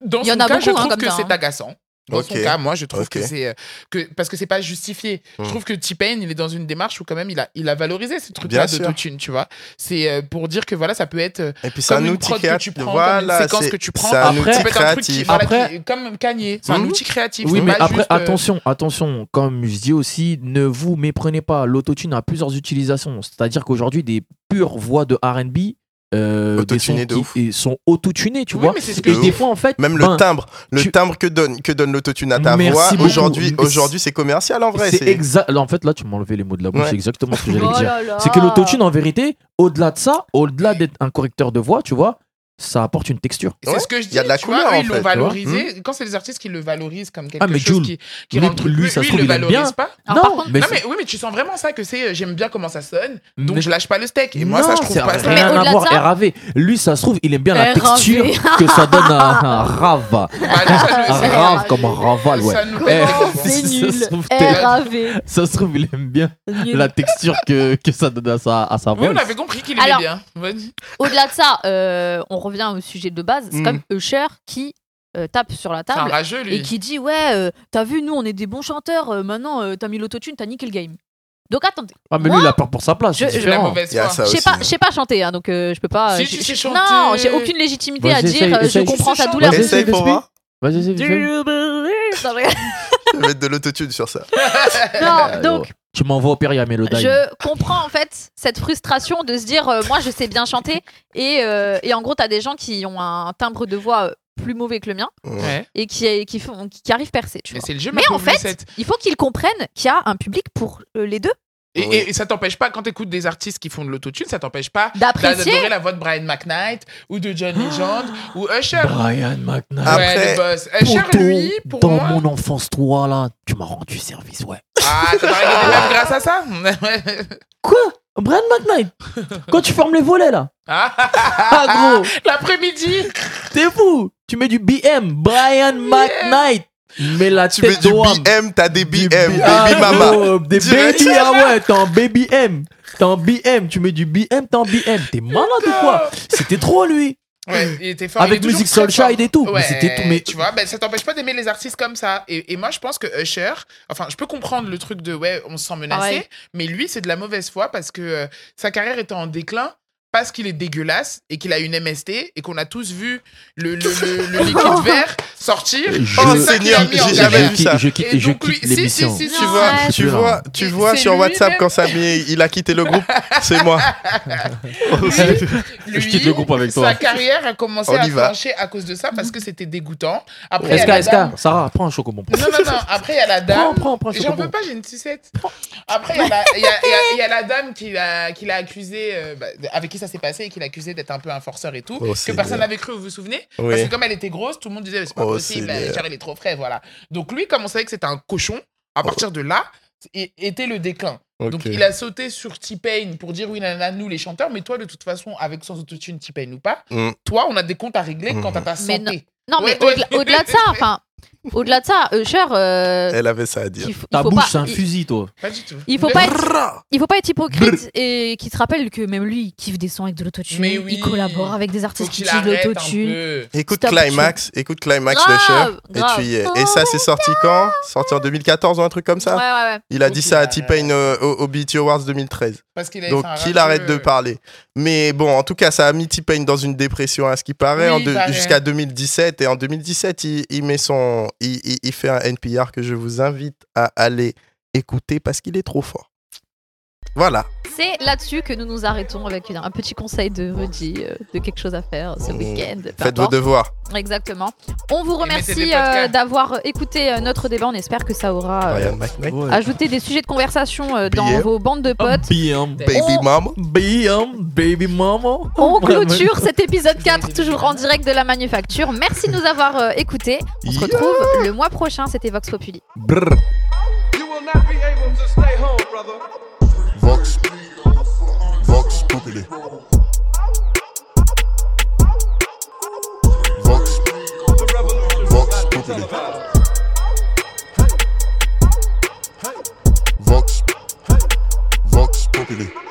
Dans Il y son en a cas, je beaucoup, hein, trouve comme que ça, hein. c'est agaçant. Dans Ok. son cas, moi, je trouve Ok. que c'est euh, que parce que c'est pas justifié. Mhm. Je trouve que T-Pain, il est dans une démarche où quand même il a il a valorisé ce truc-là Bien sûr. d'autotune, tu vois. C'est euh, pour dire que voilà, ça peut être euh, Et puis c'est un Comme une outil prod que créatif. tu prends, Voilà, comme une séquence c'est- que tu prends. C'est un Après- outil ça peut être un truc qui, créatif. voilà, qui- Après- comme Kanye, c'est un Mhm. outil créatif. Oui, c'est mais pas après, juste, euh, attention, attention, comme je dis aussi, ne vous méprenez pas. L'autotune a plusieurs utilisations. C'est-à-dire qu'aujourd'hui, des pures voix de RB euh, des sons Autotunées de qui- ouf. et sont autotunés, tu Oui, vois. mais c'est ce que Et je des dis. fois, en fait, Même ben, le timbre, le tu- timbre que donne, que donne l'autotune à ta Merci voix, beaucoup. aujourd'hui, Mais aujourd'hui c'est commercial en vrai. c'est c'est- exact. En fait, là, tu m'as enlevé les mots de la bouche. Ouais. C'est exactement ce que j'allais Oh dire. là là. Ah. C'est que l'autotune, en vérité, au-delà de ça, au-delà d'être un correcteur de voix, tu vois, ça apporte une texture. C'est Ouais, ce que je dis. y a de la tu couleur, vois, eux, en ils fait, l'ont tu vois. Hmm. valorisé. Quand c'est des artistes qui le valorisent comme quelque Ah, mais chose Jul, qui, qui lui, rend le truc- lui, ça se il trouve, le il aime valorise bien. pas. Alors, par contre- mais non, c'est- mais oui, mais tu sens vraiment ça que c'est euh, j'aime bien comment ça sonne, donc Mais- je lâche pas le steak. Et moi, Non, ça, je trouve c'est pas ça. Mais Rien à au-delà voir, de ça- RAV. Lui, ça se trouve, il aime bien RAV. la texture que ça donne à un RAV. Bah, non, ça, je- ça- Rave comme un raval, ouais. ça nous Comment fait- Eh, c'est ça nul. se trouve, t'es- RAV. Ça se trouve, il aime bien nul. la texture que, que ça donne à sa, à sa Oui, voix. on avait compris qu'il Alors- aimait bien. Vas-y. Au-delà de ça, euh, on revient au sujet de base. C'est Mm. comme Usher qui euh, tape sur la C'est un table rageux, lui. et qui dit Ouais, euh, t'as vu, nous, on est des bons chanteurs. euh, maintenant, euh, t'as mis l'autotune, t'as niqué le game. Donc attendez, Ah, mais lui, il a peur pour sa place. Je- c'est J'ai la différent. mauvaise Il y a foi. ça je sais Bah aussi. pas, je sais pas chanter, hein, donc euh, je peux pas. Si, euh, tu j'ai- sais j'ai- chanter. Non, j'ai aucune légitimité Vas-y, à dire. essaye, euh, je essaye. comprends Tu sais ta douleur. chanter. Essaye pour Vas-y, voir. Vas-y, vas-y, Do vas-y. you believe- Non, je rigole. Je vais mettre de l'autotune sur ça. Non, donc oh. Tu m'envoies au Péria Mélodie. je comprends en fait cette frustration de se dire euh, moi je sais bien chanter et, euh, et en gros t'as des gens qui ont un timbre de voix euh, plus mauvais que le mien Ouais. et qui, qui, font, qui, qui arrivent percer tu Mais vois. c'est le jeu, Mais ma en pauvre fait- Lucette. Il faut qu'ils comprennent qu'il y a un public pour euh, les deux Et, Oui. et- et ça t'empêche pas, quand t'écoutes des artistes qui font de l'autotune, ça t'empêche pas d'apprécier. d'adorer la voix de Brian McKnight ou de John Legend ou Usher. Brian McNair. Ah, ouais, Après, le boss. Usher, lui, Euh, pour dans moi. mon enfance, toi, là, tu m'as rendu service, ouais. Ah, t'as pas regardé la grâce à ça Quoi Brian McKnight, quand tu fermes les volets là, Ah, ah gros, L'après-midi, t'es fou, tu mets du BM, Brian McKnight, mets la Tu mets tête du d'Oam. BM, t'as des BM, baby Ah, mama. gros, des Direct. baby, ah ouais, t'es en baby M. T'es en BM, tu mets du BM, t'es en BM. T'es malade ou quoi C'était trop lui. Ouais, il était fort. Avec il est toujours musique très Soulshine fort. et tout. Mais Ouais, c'était tout, mais- tu vois, ben, ça t'empêche pas d'aimer les artistes comme ça. Et, et moi, je pense que Usher, enfin, je peux comprendre le truc de ouais, on se sent menacé, Pareil. mais lui, c'est de la mauvaise foi parce que euh, sa carrière était en déclin parce qu'il est dégueulasse et qu'il a une MST et qu'on a tous vu le, le, le- le liquide vert sortir. Je- C'est Oh, ça qu'il a Seigneur, mis en j'ai galère. jamais vu ça. Je quitte, Et je donc, lui- quitte si, si, l'émission. si, Tu si, Non, vois, ouais. tu vois, tu vois C'est sur lui WhatsApp même. quand Samy il a quitté le groupe, c'est moi. Lui, Je quitte le groupe avec Sa toi. carrière a commencé On à y va. flancher à cause de ça parce que c'était dégoûtant. Après, il y a Esca, la dame- Esca, Sarah, prends un chocobon. Non, non, non. Après, il y a la Prends, dame. prends, prends un J'en chocobon. veux pas, j'ai une sucette. Après, il y, a la- il y a- il y a- il y a la dame qui l'a qui l'a accusé, euh, bah, avec qui ça s'est passé et qui l'accusait d'être un peu un forceur et tout, Oh, que Seigneur. personne n'avait cru, vous vous souvenez Oui. Parce que comme elle était grosse, tout le monde disait, c'est pas Oh, possible, Seigneur. Richard, il est trop frais, voilà. Donc lui, comme on savait que c'était un cochon, à partir de là, i- était le déclin. Donc Oh. Ok. il a sauté sur T-Pain pour dire, oui, nanana, nous les chanteurs, mais toi, de toute façon, avec sans autotune T-Pain ou pas, Mm. toi, on a des comptes à régler quant Mhm. à ta Mais non. santé. Non, mais Ouais, ouais. au-delà- au-delà de ça, enfin, au-delà de ça, Usher, euh, Elle avait ça à dire. il faut, il Ta faut bouche, pas, c'est un il- fusil, toi. Pas du tout. Il faut Mais- pas être, il faut pas être hypocrite et qui se rappelle que même lui il kiffe des sons avec de l'autotune, Mais oui. il collabore avec des Faut artistes qui qu'il utilisent arrête un l'autotune. peu. Écoute Stop, Climax, écoute Climax Grave, de Cher, et grave. Oh tu y es. Et ça, c'est sorti quand Sorti en 2014 ou un truc comme Ouais, ça ouais, ouais. Il a Faut dit qu'il ça à arrête. T-Pain euh, au, au BET Awards 2013. Parce qu'il a Donc, fait un qu'il rap, arrête de euh, parler. Mais bon, en tout cas, ça a mis T-Pain dans une dépression, à ce qui paraît, Oui, en il de- bah paraît. jusqu'à 2017. Et en 2017, il, il met son, il, il- il fait un NPR que je vous invite à aller écouter parce qu'il est trop fort. Voilà. C'est là-dessus que nous nous arrêtons avec une- un petit conseil de Rudy, euh, de quelque chose à faire ce Mmh. week-end. peu Faites vos importe. devoirs. Exactement. On vous remercie mettez des podcasts. euh, d'avoir écouté euh, notre débat. On espère que ça aura euh, Brian McKnight, ajouté des sujets de conversation euh, dans Billet. vos bandes de potes. BM, Baby On- Mom. BM, baby mama. On clôture cet épisode 4 toujours en direct de la manufacture. Merci de nous avoir euh, écoutés. On se Yeah. retrouve le mois prochain. C'était Vox You Populi. will not be able to stay home, brother. Vox, Vox Populi. Vox, The revolution will Vox not be Populi. televised. Vox, Vox Populi.